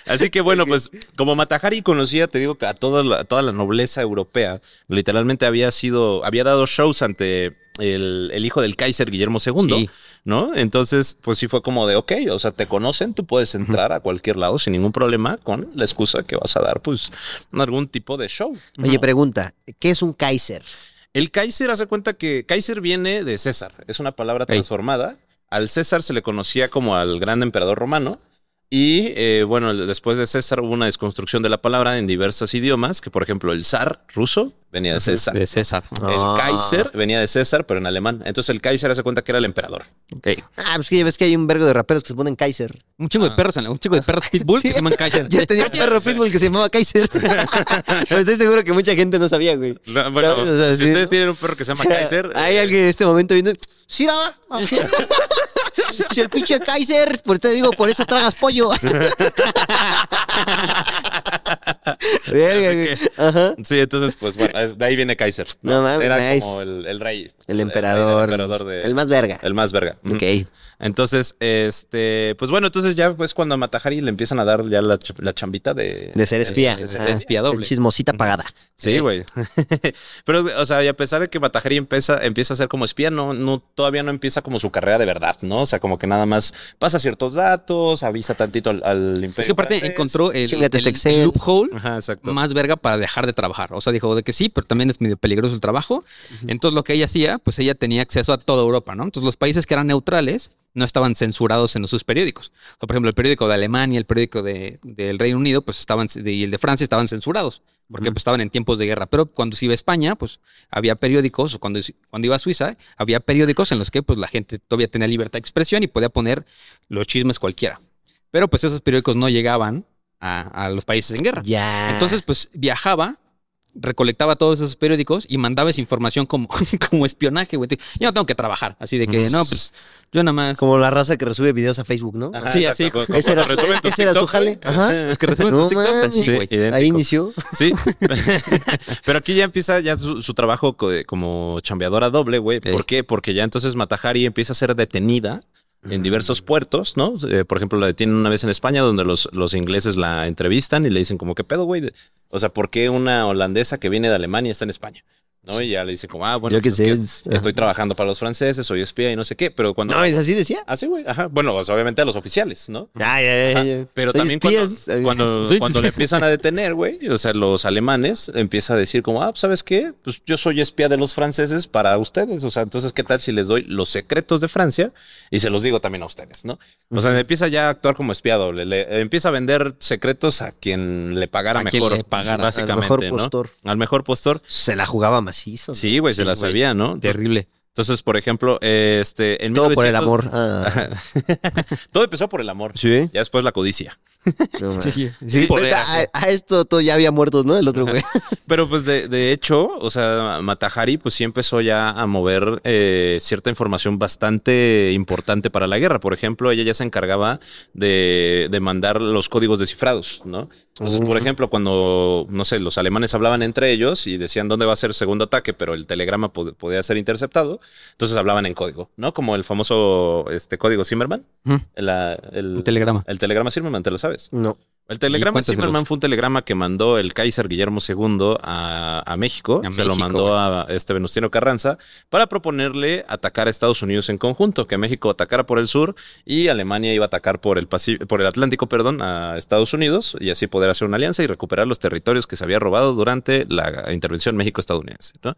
Speaker 3: Así que bueno, pues como Matajari conocía, te digo, que a toda la, a toda la nobleza europea, literalmente había sido, había dado shows ante el, el hijo del Kaiser Guillermo II,
Speaker 2: Sí.
Speaker 3: ¿no? Entonces, pues sí fue como de, ok, o sea, te conocen, tú puedes entrar a cualquier lado sin ningún problema con la excusa que vas a dar, pues, algún tipo de show.
Speaker 4: Oye, pregunta, ¿qué es un Kaiser?
Speaker 3: El Kaiser hace cuenta que Kaiser viene de César, es una palabra
Speaker 2: Ey.
Speaker 3: transformada. Al César se le conocía como al gran emperador romano. Y eh, bueno, el- después de César hubo una desconstrucción de la palabra en diversos idiomas, que por ejemplo el zar ruso venía de César.
Speaker 2: De César.
Speaker 4: Ah.
Speaker 3: El Kaiser venía de César, pero en alemán. Entonces el Kaiser hace cuenta que era el emperador.
Speaker 2: Ok.
Speaker 4: Ah, pues que ya ves que hay un vergo de raperos que se ponen Kaiser.
Speaker 2: Un chingo
Speaker 3: Ah.
Speaker 2: de perros, en la- un chingo de perros pitbull que se llaman Kaiser.
Speaker 4: Ya tenía un perro pitbull que se llamaba Kaiser. Pero estoy seguro que mucha gente no sabía, güey.
Speaker 3: La- bueno,
Speaker 4: ¿Sabes? O sea,
Speaker 3: si
Speaker 4: sí.
Speaker 3: ustedes tienen un perro que se llama Kaiser,
Speaker 4: Hay
Speaker 3: eh,
Speaker 4: alguien en este momento viendo. ¡Sí, nada! Si el pinche Kaiser, por te digo, por eso tragas pollo. Verga,
Speaker 3: Así
Speaker 4: güey.
Speaker 3: que-
Speaker 4: Ajá.
Speaker 3: Sí, entonces, pues bueno, es- de ahí viene Kaiser.
Speaker 4: No mames,
Speaker 3: Era
Speaker 4: nice.
Speaker 3: como el, el rey.
Speaker 4: El
Speaker 3: rey del
Speaker 4: emperador.
Speaker 3: emperador de-
Speaker 4: El más verga.
Speaker 3: El más verga. Ujú.
Speaker 4: Ok.
Speaker 3: Entonces, este, pues bueno, entonces ya pues cuando a Matajari le empiezan a dar ya la, ch- la chambita de...
Speaker 4: De ser espía.
Speaker 3: de ser
Speaker 4: Ajá.
Speaker 2: espía doble.
Speaker 4: Chismosita pagada.
Speaker 3: Sí, güey. Pero, o sea, y a pesar de que Matajari empieza, empieza a ser como espía, no, no, todavía no empieza como su carrera de verdad, ¿no? O sea, como que nada más pasa ciertos datos, avisa tantito al, al imperio.
Speaker 2: Es que aparte
Speaker 3: francés.
Speaker 2: encontró el,
Speaker 4: Chíngate este
Speaker 2: el
Speaker 4: Excel.
Speaker 2: loophole
Speaker 3: Ajá, exacto.
Speaker 2: más verga para dejar de trabajar. O sea, dijo de que sí, pero también es medio peligroso el trabajo. Entonces, lo que ella hacía, pues ella tenía acceso a toda Europa, ¿no? Entonces, los países que eran neutrales no estaban censurados en sus periódicos. O sea, por ejemplo, el periódico de Alemania, el periódico de- del Reino Unido, pues estaban, de- y el de Francia estaban censurados, porque pues, estaban en tiempos de guerra. Pero cuando se iba a España, pues había periódicos, o cuando, cuando iba a Suiza, había periódicos en los que pues la gente todavía tenía libertad de expresión y podía poner los chismes cualquiera. Pero pues esos periódicos no llegaban a, a los países en guerra.
Speaker 3: Ah.
Speaker 4: Ya.
Speaker 2: Entonces, pues viajaba, recolectaba todos esos periódicos y mandaba esa información como, como espionaje, güey. Yo no tengo que trabajar. Así de
Speaker 3: Mm.
Speaker 2: que, no, pues yo nada más.
Speaker 4: Como la raza que resube videos a Facebook, ¿no?
Speaker 3: Ajá,
Speaker 2: Sí,
Speaker 3: exacto.
Speaker 2: así.
Speaker 3: Como- como
Speaker 4: Ese era,
Speaker 3: cuando resumen tus
Speaker 4: ese era su
Speaker 3: TikToks, ¿eh?
Speaker 4: jale.
Speaker 3: güey.
Speaker 4: Ajá.
Speaker 2: que resumen
Speaker 4: No
Speaker 2: tus TikToks así,
Speaker 4: mames.
Speaker 2: güey.
Speaker 3: Sí, idéntico.
Speaker 4: Ahí inició.
Speaker 3: Sí. Pero aquí ya empieza ya su, su trabajo co- eh, como chambeadora doble, güey. ¿Por
Speaker 2: Sí.
Speaker 3: qué? Porque ya entonces Matajari empieza a ser detenida en diversos
Speaker 4: Ah.
Speaker 3: puertos, ¿no? Eh, por ejemplo, la detienen una vez en España donde los, los ingleses la entrevistan y le dicen como, ¿qué pedo, güey? O sea, ¿por qué una holandesa que viene de Alemania está en España? ¿No? Y ya le dicen como, ah, bueno,
Speaker 4: Yo qué
Speaker 3: pues es
Speaker 4: sé.
Speaker 3: que estoy trabajando para los franceses, soy espía y no sé qué, pero cuando...
Speaker 4: No, es así decía.
Speaker 3: Ah, sí, güey. Ajá. Bueno, o sea, obviamente a los oficiales, ¿no?
Speaker 4: Ay, ay, ay, ay.
Speaker 3: Pero
Speaker 4: Soy
Speaker 3: también
Speaker 4: espías.
Speaker 3: cuando, cuando, cuando le empiezan a detener, güey, o sea, los alemanes empieza a decir como, ah, ¿sabes qué? Pues yo soy espía de los franceses para ustedes, o sea, entonces, ¿qué tal si les doy los secretos de Francia y se los digo también a ustedes, ¿no? O sea, empieza ya a actuar como espía doble, le empieza a vender secretos a quien le pagara
Speaker 2: A quien
Speaker 3: mejor,
Speaker 2: le pagara.
Speaker 3: básicamente,
Speaker 4: Al mejor
Speaker 3: ¿no?
Speaker 4: postor.
Speaker 3: Al mejor postor.
Speaker 4: Se la jugaba macizo.
Speaker 3: Sí, güey, se la
Speaker 2: güey.
Speaker 3: sabía, ¿no?
Speaker 2: Terrible.
Speaker 3: Entonces, por ejemplo, este, en
Speaker 4: Todo por el
Speaker 3: 1900
Speaker 4: amor. Ah.
Speaker 3: Todo empezó por el amor.
Speaker 4: Sí.
Speaker 3: Ya después la codicia.
Speaker 4: No, man.
Speaker 2: Sí,
Speaker 4: Sí,
Speaker 2: poder,
Speaker 4: a, a esto todo ya había muerto, ¿no? El otro güey.
Speaker 3: Pero pues de, de hecho, o sea, Matajari pues sí empezó ya a mover eh, cierta información bastante importante para la guerra. Por ejemplo, ella ya se encargaba de, de mandar los códigos descifrados, ¿no? Entonces, por ejemplo, cuando, no sé, los alemanes hablaban entre ellos y decían dónde va a ser el segundo ataque, pero el telegrama pod- podía ser interceptado, entonces hablaban en código, ¿no? Como el famoso este código Zimmerman.
Speaker 2: Ujú.
Speaker 3: La- el,
Speaker 2: Un telegrama.
Speaker 3: El telegrama Zimmerman, te lo sabes.
Speaker 4: No.
Speaker 3: El telegrama
Speaker 2: cuántos
Speaker 3: Zimmerman
Speaker 2: euros?
Speaker 3: fue un telegrama que mandó el Kaiser Guillermo II a, a México.
Speaker 2: A
Speaker 3: se
Speaker 2: México,
Speaker 3: lo mandó
Speaker 2: güey.
Speaker 3: a este Venustiano Carranza para proponerle atacar a Estados Unidos en conjunto, que México atacara por el sur y Alemania iba a atacar por el Paci- por el Atlántico, perdón, a Estados Unidos y así poder hacer una alianza y recuperar los territorios que se había robado durante la intervención México-estadounidense. ¿no?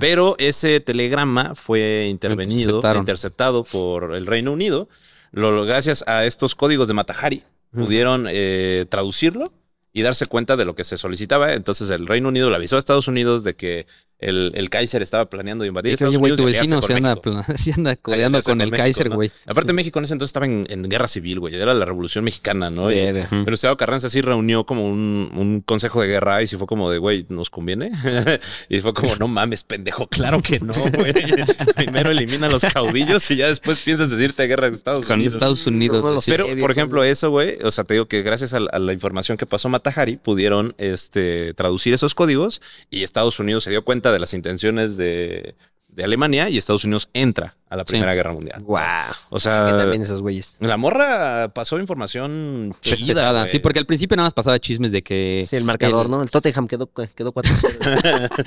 Speaker 3: Pero ese telegrama fue intervenido,
Speaker 2: interceptaron.
Speaker 3: interceptado por el Reino Unido. Lo- lo- gracias a estos códigos de Matajari, pudieron eh, traducirlo y darse cuenta de lo que se solicitaba. Entonces el Reino Unido le avisó a Estados Unidos de que el, el Kaiser estaba planeando invadir
Speaker 2: Y que,
Speaker 3: Estados
Speaker 2: oye, güey,
Speaker 3: Unidos
Speaker 2: tu
Speaker 3: y aliarse
Speaker 2: vecino
Speaker 3: con
Speaker 2: se anda,
Speaker 3: México.
Speaker 2: plan- se anda codeando
Speaker 3: Aliarse
Speaker 2: con el
Speaker 3: México,
Speaker 2: Kaiser,
Speaker 3: ¿no?
Speaker 2: güey.
Speaker 3: Aparte, México en ese entonces estaba en, en guerra civil, güey. Era la revolución mexicana, ¿no? Y-
Speaker 4: Verga.
Speaker 3: pero Gustavo Carranza sí reunió como un, un consejo de guerra y sí fue como de, güey, ¿nos conviene? y fue como, no mames, pendejo, claro que no, güey. Primero elimina a los caudillos y ya después piensas en irte a guerra de Estados
Speaker 2: Con
Speaker 3: Unidos.
Speaker 2: Estados Unidos.
Speaker 4: No lo
Speaker 2: güey.
Speaker 4: sé.
Speaker 3: Pero,
Speaker 4: Sí,
Speaker 3: por
Speaker 4: viejo,
Speaker 3: ejemplo,
Speaker 4: güey.
Speaker 3: eso, güey, o sea, te digo que gracias a, la- a la información que pasó Matajari, pudieron este, traducir esos códigos y Estados Unidos se dio cuenta de las intenciones de, de Alemania y Estados Unidos entra a la Primera Guerra Mundial.
Speaker 4: Guau.
Speaker 3: O
Speaker 4: Que
Speaker 3: sea,
Speaker 4: también esos güeyes.
Speaker 3: la morra pasó información chida,
Speaker 2: Pesada.
Speaker 3: güey.
Speaker 2: Sí, porque al principio nada más pasaba chismes de que.
Speaker 4: Sí, el marcador, ¿no? El Tottenham quedó, quedó 4-0.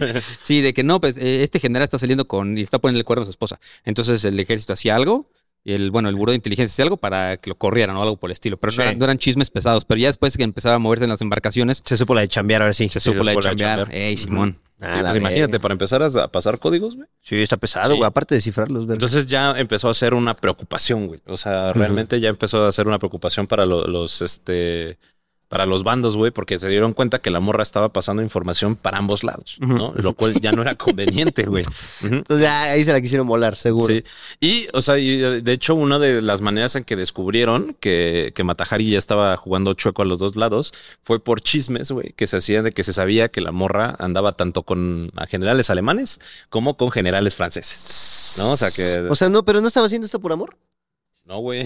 Speaker 2: Sí, de que no, pues eh, este general está saliendo con y está poniendo el cuerno a su esposa. Entonces el ejército hacía algo, y el, bueno, el buró de inteligencia hacía algo para que lo corrieran o algo por el estilo. Pero
Speaker 3: Sí.
Speaker 2: no, eran, no eran chismes pesados. Pero ya después que empezaba a moverse en las embarcaciones,
Speaker 4: Se supo la de chambear, ahora sí.
Speaker 2: se supo la de
Speaker 3: supo la de
Speaker 2: chambear.
Speaker 3: chambear.
Speaker 2: Ey, Simón.
Speaker 4: Ah,
Speaker 3: Sí,
Speaker 4: la
Speaker 3: pues
Speaker 4: verga.
Speaker 3: imagínate, para empezar a, a pasar códigos, güey.
Speaker 4: Sí, está pesado,
Speaker 3: Sí.
Speaker 4: güey. Aparte de cifrarlos, verga.
Speaker 3: Entonces ya empezó a ser una preocupación, güey. O sea, realmente ya empezó a ser una preocupación para lo- los, este, para los bandos, güey, porque se dieron cuenta que la morra estaba pasando información para ambos lados, ¿no? Lo cual ya no era conveniente, güey. Ujú.
Speaker 4: Entonces ya ahí se la quisieron volar, seguro.
Speaker 3: Sí. Y, o sea, y, eh, de hecho, una de las maneras en que descubrieron que, que Matajari ya estaba jugando chueco a los dos lados fue por chismes, güey, que se hacían de que se sabía que la morra andaba tanto con generales alemanes como con generales franceses. ¿No? O sea que.
Speaker 4: O sea, no, pero no estaba haciendo esto por amor.
Speaker 3: no, güey.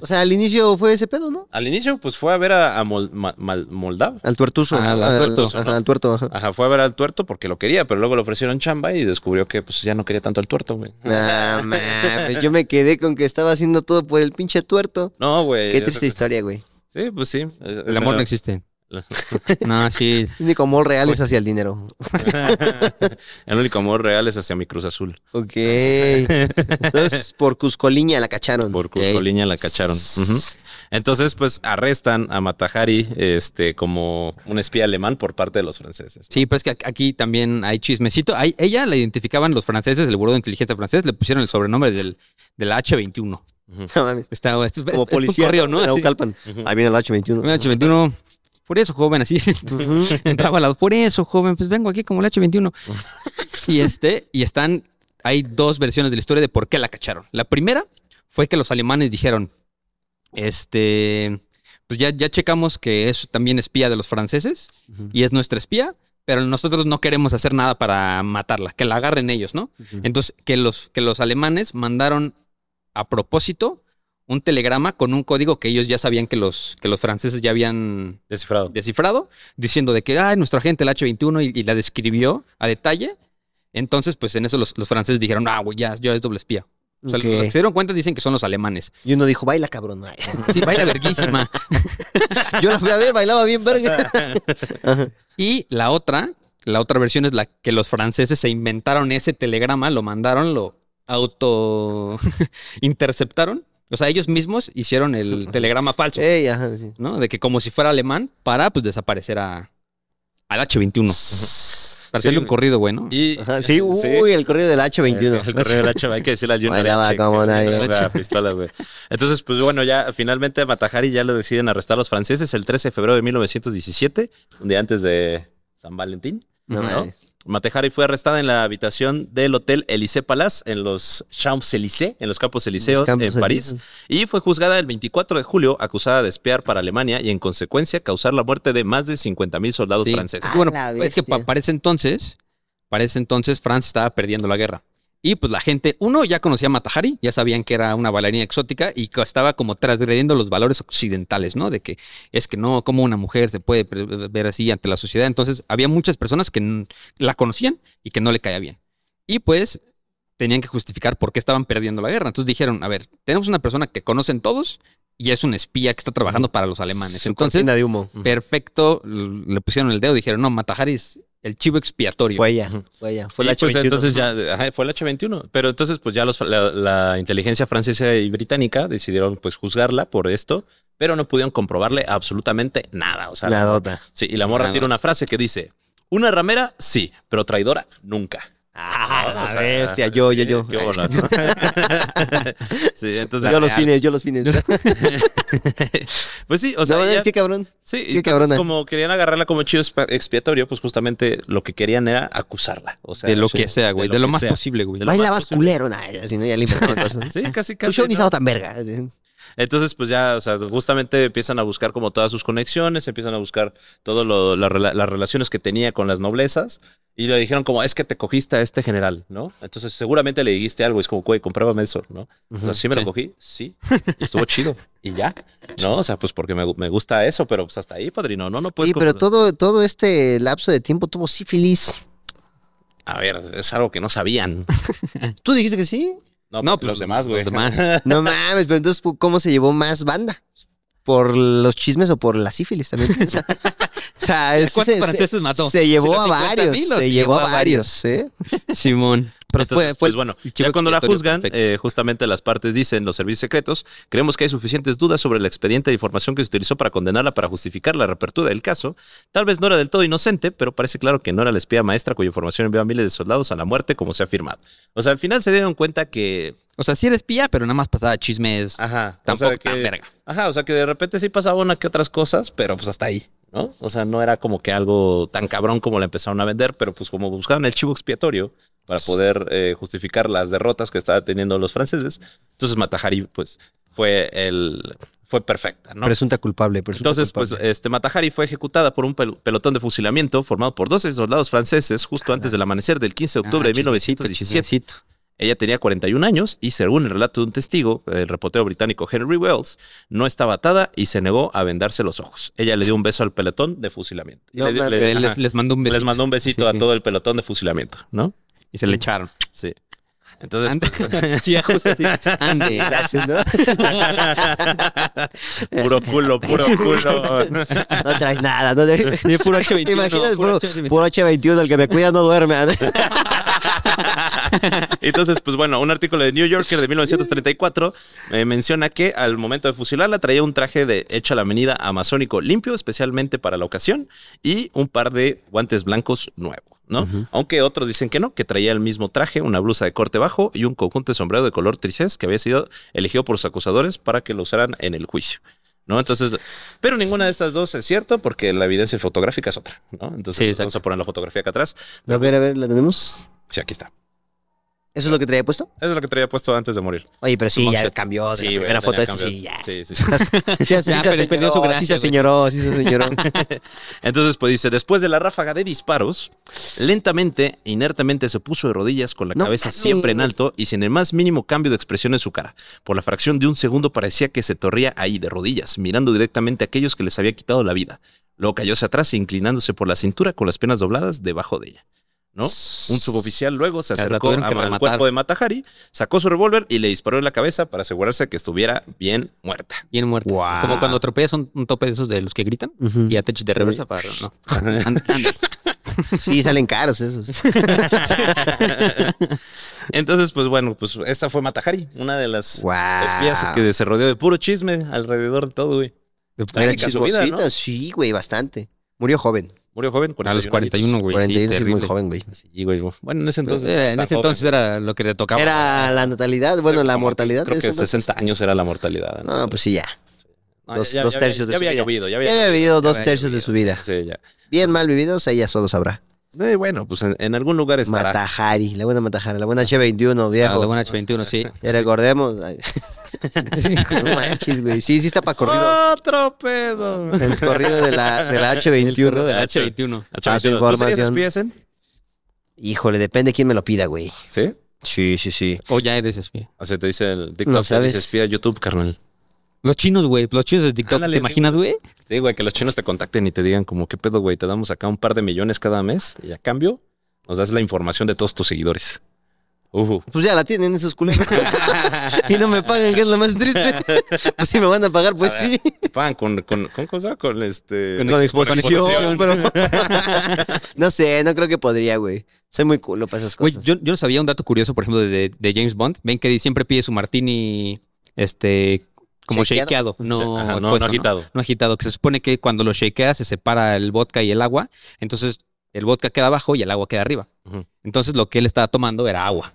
Speaker 4: O sea, al inicio fue ese pedo, ¿no?
Speaker 3: Al inicio, pues fue a ver a, a Mol- Ma- Mal- Moldavo.
Speaker 4: Al tuertuso.
Speaker 2: Ah, al
Speaker 4: Ajá,
Speaker 2: tuerto.
Speaker 4: Ajá, al tuerto, ajá.
Speaker 3: Ajá, fue a ver al tuerto porque lo quería, pero luego le ofrecieron chamba y descubrió que pues ya no quería tanto al tuerto, güey.
Speaker 4: Nah, mames, yo me quedé con que estaba haciendo todo por el pinche tuerto.
Speaker 3: No, güey.
Speaker 4: Qué triste historia, güey.
Speaker 3: Sí, pues sí.
Speaker 2: El amor no existe. No, sí.
Speaker 4: El único amor real es hacia el dinero.
Speaker 3: El único amor real es hacia mi Cruz Azul.
Speaker 4: Ok. Entonces, por Cuscoliña la cacharon.
Speaker 3: Por Cusco
Speaker 2: Ok.
Speaker 3: Liña la cacharon. Ujú. Entonces, pues arrestan a Matajari este, como un espía alemán por parte de los franceses.
Speaker 2: Sí, pero es que ac- aquí también hay chismecito. Ahí- ella la identificaban los franceses, el buró de inteligencia francés, le pusieron el sobrenombre del, del H21.
Speaker 4: No mames.
Speaker 2: Está, es, es- es
Speaker 4: Como
Speaker 2: un
Speaker 4: policía.
Speaker 2: correo, ¿no?
Speaker 4: en
Speaker 2: Así.
Speaker 4: Naucalpan. Ahí viene el H21.
Speaker 2: El H21. Por eso, joven, así. Entraba al lado. Por eso, joven, pues vengo aquí como el H21. y este, y están. Hay dos versiones de la historia de por qué la cacharon. La primera fue que los alemanes dijeron: Este. Pues ya, ya checamos que es también espía de los franceses y es nuestra espía, pero nosotros no queremos hacer nada para matarla, que la agarren ellos, ¿no? Entonces, que los, que los alemanes mandaron a propósito un telegrama con un código que ellos ya sabían que los, que los franceses ya habían
Speaker 3: Descifrado.
Speaker 2: descifrado, diciendo de que ah, nuestro agente, el H21, y, y la describió a detalle. Entonces, pues en eso los, los franceses dijeron, ah, güey, ya, ya es doble espía. O sea,
Speaker 4: Ok.
Speaker 2: los que se dieron cuenta dicen que son los alemanes.
Speaker 4: Y uno dijo, baila, cabrón. Ay.
Speaker 2: Sí, baila verguísima.
Speaker 4: Yo la fui a ver, bailaba bien, verga.
Speaker 2: Y la otra, la otra versión es la que los franceses se inventaron ese telegrama, lo mandaron, lo auto interceptaron. O sea, ellos mismos hicieron el telegrama falso,
Speaker 4: Ey, ajá, sí.
Speaker 2: ¿no? De que como si fuera alemán para pues desaparecer a al H21. Para hacerle un
Speaker 3: güey.
Speaker 2: corrido, güey, ¿no?
Speaker 3: Y
Speaker 4: Ajá, sí, uy, el correo del
Speaker 3: El
Speaker 4: H21.
Speaker 3: correo del H, hay que decirle al Junior eh,
Speaker 4: Bailaba
Speaker 3: H,
Speaker 4: como
Speaker 3: que
Speaker 4: nadie.
Speaker 3: usa la pistola, güey. Entonces, pues bueno, ya finalmente Matajari ya lo deciden arrestar los franceses el 13 de febrero de 1917, un día antes de San Valentín.
Speaker 4: No
Speaker 3: ¿no?
Speaker 4: mames.
Speaker 3: Matajari fue arrestada en la habitación del hotel Élysée Palace en los Champs-Élysées, en los Campos Elíseos
Speaker 4: Los Campos
Speaker 3: en París, y fue juzgada el 24 de julio acusada de espiar para Alemania y en consecuencia causar la muerte de más de 50 mil soldados
Speaker 2: Sí.
Speaker 3: franceses.
Speaker 2: Y Bueno,
Speaker 4: Ah, la
Speaker 2: es que
Speaker 4: bestia.
Speaker 2: pa- para ese entonces, para ese entonces Francia estaba perdiendo la guerra. Y pues la gente, uno ya conocía a Matajari, ya sabían que era una bailarina exótica y que estaba como transgrediendo los valores occidentales, ¿no? De que es que no, como una mujer se puede pre- eh, ver así ante la sociedad. Entonces había muchas personas que n- la conocían y que no le caía bien. Y pues tenían que justificar por qué estaban perdiendo la guerra. Entonces dijeron, a ver, tenemos una persona que conocen todos y es un espía que está trabajando para los alemanes. Entonces,
Speaker 4: Cortina de humo.
Speaker 2: perfecto, l- le pusieron el dedo, dijeron, no, Matajari es el chivo expiatorio.
Speaker 4: Fue ella, fue ella. Fue
Speaker 3: Y,
Speaker 4: el
Speaker 3: pues,
Speaker 4: H21.
Speaker 3: entonces ya ajá, fue el H21 pero entonces pues ya los- la, la inteligencia francesa y británica decidieron pues juzgarla por esto pero no pudieron comprobarle absolutamente nada o sea
Speaker 4: La dota.
Speaker 3: sí y la morra
Speaker 2: Nada.
Speaker 3: tiene una frase que dice una ramera sí pero traidora nunca
Speaker 4: Ah,
Speaker 3: O
Speaker 4: la
Speaker 3: sea,
Speaker 4: bestia, yo, yo, yo.
Speaker 3: Qué bolas, ¿no? sí, entonces.
Speaker 4: Yo los fines, yo los fines.
Speaker 3: Pues sí, o
Speaker 4: O sea,
Speaker 3: sea. ya-
Speaker 4: es que cabrón.
Speaker 3: Sí, y
Speaker 4: qué
Speaker 3: entonces,
Speaker 4: cabrona.
Speaker 3: como querían agarrarla como chido expa- expiatorio, pues justamente lo que querían era acusarla. O sea,
Speaker 2: De lo
Speaker 3: sí,
Speaker 2: que sea, güey. De lo más posible, güey.
Speaker 3: De lo más
Speaker 4: Bailabas
Speaker 3: posible.
Speaker 4: culero, nada, así no, ya limpia con cosas.
Speaker 3: Sí, casi,
Speaker 4: Tu
Speaker 3: casi.
Speaker 4: show ni
Speaker 3: ¿no?
Speaker 4: estaba tan verga.
Speaker 3: Entonces, pues ya, o sea, justamente empiezan a buscar como todas sus conexiones, empiezan a buscar todas las relaciones que tenía con las noblezas. Y le dijeron como, es que te cogiste a este general, ¿no? Entonces seguramente le dijiste algo, es como, güey, comprábame eso, ¿no? Entonces, sí me lo
Speaker 2: sí.
Speaker 3: cogí, sí, y estuvo chido, y ya, ¿no? O sea, pues porque me, gu- me gusta eso, pero pues hasta ahí, padrino, no, no puedes...
Speaker 4: Sí, pero
Speaker 3: comprar-
Speaker 4: todo, todo este lapso de tiempo tuvo sífilis.
Speaker 3: A ver, es algo que no sabían.
Speaker 4: ¿Tú dijiste que sí?
Speaker 3: No, pues,
Speaker 2: No, pues,
Speaker 3: los demás, güey.
Speaker 2: los demás.
Speaker 4: No mames, pero entonces, ¿cómo se llevó más banda? ¿Por los chismes o por la sífilis también? O sea, o sea, es que
Speaker 2: ¿Cuántos
Speaker 4: se-
Speaker 2: franceses
Speaker 4: se,
Speaker 2: mató?
Speaker 4: se llevó
Speaker 2: ¿Los
Speaker 4: a
Speaker 2: 50
Speaker 4: varios.
Speaker 2: mil o
Speaker 4: Se llevó a varios, ¿eh?
Speaker 2: Simón.
Speaker 3: Pero
Speaker 2: Entonces,
Speaker 3: pues
Speaker 2: el-
Speaker 3: bueno,
Speaker 2: el chivo
Speaker 3: ya cuando la
Speaker 2: expiatorio
Speaker 3: juzgan,
Speaker 2: perfecto.
Speaker 3: eh, justamente las partes dicen, los servicios secretos, creemos que hay suficientes dudas sobre el expediente de información que se utilizó para condenarla para justificar la reapertura del caso. Tal vez no era del todo inocente, pero parece claro que no era la espía maestra cuya información envió a miles de soldados a la muerte, como se ha afirmado. O sea, al final se dieron cuenta que...
Speaker 2: o sea, sí era espía, pero nada más pasaba chismes.
Speaker 3: Ajá, o
Speaker 2: Tampoco
Speaker 3: sea, que-
Speaker 2: tan verga.
Speaker 3: Ajá, o sea que de repente sí pasaba una que otras cosas, pero pues hasta ahí, ¿no? O sea, no era como que algo tan cabrón como la empezaron a vender, pero pues como buscaban el chivo expiatorio para poder eh, justificar las derrotas que estaban teniendo los franceses, entonces Matajari pues fue el fue perfecta, ¿no?
Speaker 4: Presunta culpable. presunta
Speaker 3: Entonces, pues,
Speaker 4: culpable.
Speaker 3: este Matajari fue ejecutada por un pel- pelotón de fusilamiento formado por 12 soldados franceses justo antes del amanecer del 15 de octubre
Speaker 2: Ah,
Speaker 3: de 1917. Ella tenía 41 años y según el relato de un testigo, el reportero británico Henry Wells, no estaba atada y se negó a vendarse los ojos. Ella le dio un beso al pelotón de fusilamiento.
Speaker 4: No
Speaker 3: Le- le-
Speaker 4: mames.
Speaker 2: Pero él
Speaker 3: ajá.
Speaker 2: les, les mandó un besito.
Speaker 3: Les mandó un besito
Speaker 2: Sí,
Speaker 3: a
Speaker 2: sí.
Speaker 3: todo el pelotón de fusilamiento, ¿no?
Speaker 2: Y se le echaron.
Speaker 3: Sí. Entonces,
Speaker 2: Ande.
Speaker 3: pues,
Speaker 2: sí, justo así. Ande.
Speaker 4: Gracias, ¿no?
Speaker 3: puro culo, puro culo.
Speaker 4: No traes nada. No traes...
Speaker 2: Sí, puro H21,
Speaker 4: ¿Te imaginas,
Speaker 2: puro
Speaker 4: puro,
Speaker 2: H21.
Speaker 4: puro H21, el que me cuida no duerme. ¿no?
Speaker 3: Entonces, pues bueno, un artículo de New Yorker de 1934 eh, menciona que al momento de fusilarla traía un traje de hecho a la medida amazónico limpio, especialmente para la ocasión, y un par de guantes blancos nuevos. ¿no? Aunque otros dicen que no, que traía el mismo traje, una blusa de corte bajo y un conjunto de sombrero de color tricés que había sido elegido por los acusadores para que lo usaran en el juicio. ¿no? Entonces, pero ninguna de estas dos es cierto porque la evidencia fotográfica es otra. ¿no?
Speaker 2: Sí,
Speaker 3: Entonces,
Speaker 2: exacto.
Speaker 3: vamos a poner la fotografía acá atrás.
Speaker 4: A ver, a ver, ¿la tenemos?
Speaker 3: Sí, aquí está.
Speaker 4: ¿Eso es lo que traía puesto?
Speaker 3: Eso es lo que traía puesto antes de morir.
Speaker 4: Oye, pero sí, ya
Speaker 3: Monster.
Speaker 4: cambió de la
Speaker 3: güey,
Speaker 4: primera foto.
Speaker 3: tenía
Speaker 4: esta, sí, ya.
Speaker 3: cambios.
Speaker 4: Sí,
Speaker 3: Sí, sí.
Speaker 4: sí, sí,
Speaker 2: Ya,
Speaker 4: se
Speaker 2: pero perdió
Speaker 4: aseñoró,
Speaker 2: su
Speaker 4: sí se
Speaker 2: gracia, güey.
Speaker 4: señoró, sí se señoró.
Speaker 3: Entonces, pues dice, después de la ráfaga de disparos, lentamente, inertemente se puso de rodillas con la
Speaker 4: No
Speaker 3: cabeza
Speaker 4: mames.
Speaker 3: siempre en alto y sin el más mínimo cambio de expresión en su cara. Por la fracción de un segundo parecía que se torría ahí de rodillas, mirando directamente a aquellos que les había quitado la vida. Luego cayóse atrás, inclinándose por la cintura con las piernas dobladas debajo de ella. ¿No? Un suboficial luego se
Speaker 2: Ya la
Speaker 3: acercó
Speaker 2: tuvieron que
Speaker 3: a- al
Speaker 2: rematar.
Speaker 3: cuerpo de Matajari, sacó su revólver y le disparó en la cabeza para asegurarse que estuviera bien muerta.
Speaker 2: Bien muerto.
Speaker 4: Guau.
Speaker 2: Como cuando atropellas un, un tope de esos de los que gritan
Speaker 4: Ujú.
Speaker 2: y ya te echas de reversa para. No. Ande, ande.
Speaker 4: Sí, salen caros esos.
Speaker 3: Entonces, pues bueno, pues esta fue Matajari, una de las
Speaker 4: Wow.
Speaker 3: espías que se rodeó de puro chisme alrededor de todo, güey.
Speaker 4: Era
Speaker 3: Trágica su vida,
Speaker 4: chismosita, sí, güey, bastante. Murió joven.
Speaker 3: Murió joven,
Speaker 2: A los 41, güey.
Speaker 4: 41
Speaker 2: sí,
Speaker 4: sí, es muy
Speaker 2: terrible.
Speaker 4: joven, güey.
Speaker 3: Sí, güey. Bueno, en ese entonces.
Speaker 2: Eh, en
Speaker 3: tan
Speaker 2: ese
Speaker 3: joven.
Speaker 2: entonces era lo que le tocaba.
Speaker 4: Era la natalidad, bueno, la
Speaker 3: Como-
Speaker 4: mortalidad.
Speaker 3: Creo
Speaker 4: de
Speaker 3: que
Speaker 4: eso, ¿no?
Speaker 3: 60 años era la mortalidad.
Speaker 4: No, pues sí, ya.
Speaker 3: No,
Speaker 4: dos- dos
Speaker 3: había-
Speaker 4: tercios de
Speaker 3: ya
Speaker 4: su
Speaker 3: había
Speaker 4: vida.
Speaker 3: llovido, ya
Speaker 4: Ya Eh.
Speaker 3: había
Speaker 4: había vivido dos
Speaker 2: había
Speaker 4: tercios de su vida.
Speaker 3: Sí, ya.
Speaker 4: Bien mal vividos, ella solo sabrá.
Speaker 3: Eh, bueno, pues en, en algún lugar estará.
Speaker 4: Matajari, la buena Matajari, la buena H21,
Speaker 2: Ah, de
Speaker 4: viejo.
Speaker 2: buen H21, sí.
Speaker 4: Y recordemos. ay, No manches, güey. Sí, sí está para corrido.
Speaker 3: ¡Otro pedo!
Speaker 4: El corrido de la, de la
Speaker 2: Turno de
Speaker 4: H21.
Speaker 2: H21.
Speaker 4: Ah, su
Speaker 3: ¿Tú serías
Speaker 4: información.
Speaker 3: espía, Zen?
Speaker 4: Híjole, depende quién me lo pida, güey.
Speaker 3: ¿Sí?
Speaker 4: Sí, sí, sí.
Speaker 2: O Oh, ya eres espía.
Speaker 3: O sea, te dice el
Speaker 4: No
Speaker 3: TikTok, te
Speaker 4: sabes.
Speaker 3: dice espía YouTube, carnal.
Speaker 2: Los chinos, güey. Los chinos de TikTok.
Speaker 3: Ándale, sí,
Speaker 2: ¿Te imaginas, güey?
Speaker 3: Sí, güey, que los chinos te contacten y te digan como, ¿qué pedo, güey? Te damos acá un par de millones cada mes y a cambio nos das la información de todos tus seguidores. Uh,
Speaker 4: Pues ya la tienen esos culeros. y no me pagan, que es lo más triste. pues si me van a pagar, pues sí.
Speaker 3: pan, con, con, ¿con cosa? Con este...
Speaker 2: Con exposición.
Speaker 4: pero- no sé, no creo que podría, güey. Soy muy culo para esas
Speaker 2: Güey,
Speaker 4: cosas.
Speaker 2: yo, yo no sabía un dato curioso, por ejemplo, de, de James Bond. Ven que siempre pide su martini, este, como
Speaker 4: Shakeado.
Speaker 2: shakeado. No, pues,
Speaker 3: Ajá, no- no
Speaker 2: puesto,
Speaker 3: agitado.
Speaker 2: No agitado, que se supone que cuando lo shakea se separa el vodka y el agua. Entonces, el vodka queda abajo y el agua queda arriba.
Speaker 7: Ujú.
Speaker 2: Entonces lo que él estaba tomando era agua.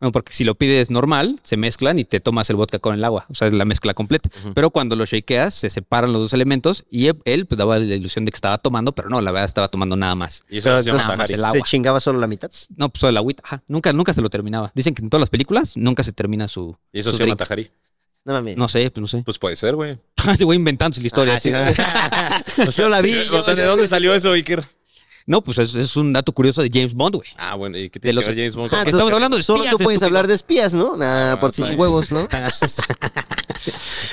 Speaker 2: Bueno, porque si lo pides normal, se mezclan y te tomas el vodka con el agua. O sea, es la mezcla completa. Pero cuando lo shakeas, se separan los dos elementos y él- él pues, daba la ilusión de que estaba tomando, pero no, la verdad estaba tomando nada más.
Speaker 3: Y eso
Speaker 4: Pero
Speaker 3: lo hacíamos
Speaker 2: entonces-
Speaker 3: Sahari.
Speaker 2: el
Speaker 4: entonces, ¿se
Speaker 2: agua.
Speaker 4: chingaba solo la mitad?
Speaker 2: No, pues solo la agüita. Ajá. Nunca, nunca se lo terminaba. Dicen que en todas las películas nunca se termina su.
Speaker 3: Y eso
Speaker 2: su
Speaker 3: se llama
Speaker 2: drink.
Speaker 3: Tajari.
Speaker 4: No mames.
Speaker 2: No sé, pues no sé.
Speaker 3: Pues puede ser, güey.
Speaker 2: Ese güey inventándose la historia. así.
Speaker 4: Pues yo la vi.
Speaker 3: O sea, ¿de dónde salió eso, Iker?
Speaker 2: No, pues es, es un dato curioso de James Bond, güey.
Speaker 3: Ah, bueno, ¿y qué
Speaker 2: De
Speaker 3: tiene
Speaker 2: los-
Speaker 3: que ver James Bond?
Speaker 4: Ah,
Speaker 3: con-
Speaker 2: Estamos hablando de
Speaker 4: Solo
Speaker 2: espías,
Speaker 4: tú puedes
Speaker 2: estúpido. Ah,
Speaker 4: hablar de espías, ¿no? Nah, por tus
Speaker 3: está bien.
Speaker 4: huevos, ¿no?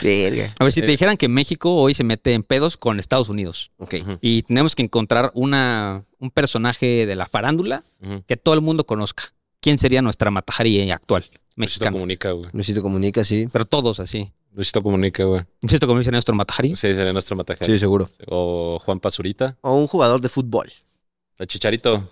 Speaker 4: Verga.
Speaker 2: A ver, si te dijeran que México hoy se mete en pedos con Estados Unidos
Speaker 4: Ok.
Speaker 2: y tenemos que encontrar una, un personaje de la farándula
Speaker 3: Ujú.
Speaker 2: que todo el mundo conozca, ¿quién sería nuestra Matajari actual
Speaker 3: Luisito
Speaker 2: mexicana?
Speaker 3: comunica, güey.
Speaker 4: Luisito comunica, sí.
Speaker 2: Pero todos así.
Speaker 3: Luisito comunica, güey.
Speaker 2: ¿No es cierto como dice nuestro Matajari?
Speaker 3: Sí, sería nuestro Matajari.
Speaker 4: Sí, seguro.
Speaker 3: O Juan Pazurita.
Speaker 4: O un jugador de fútbol.
Speaker 3: El Chicharito.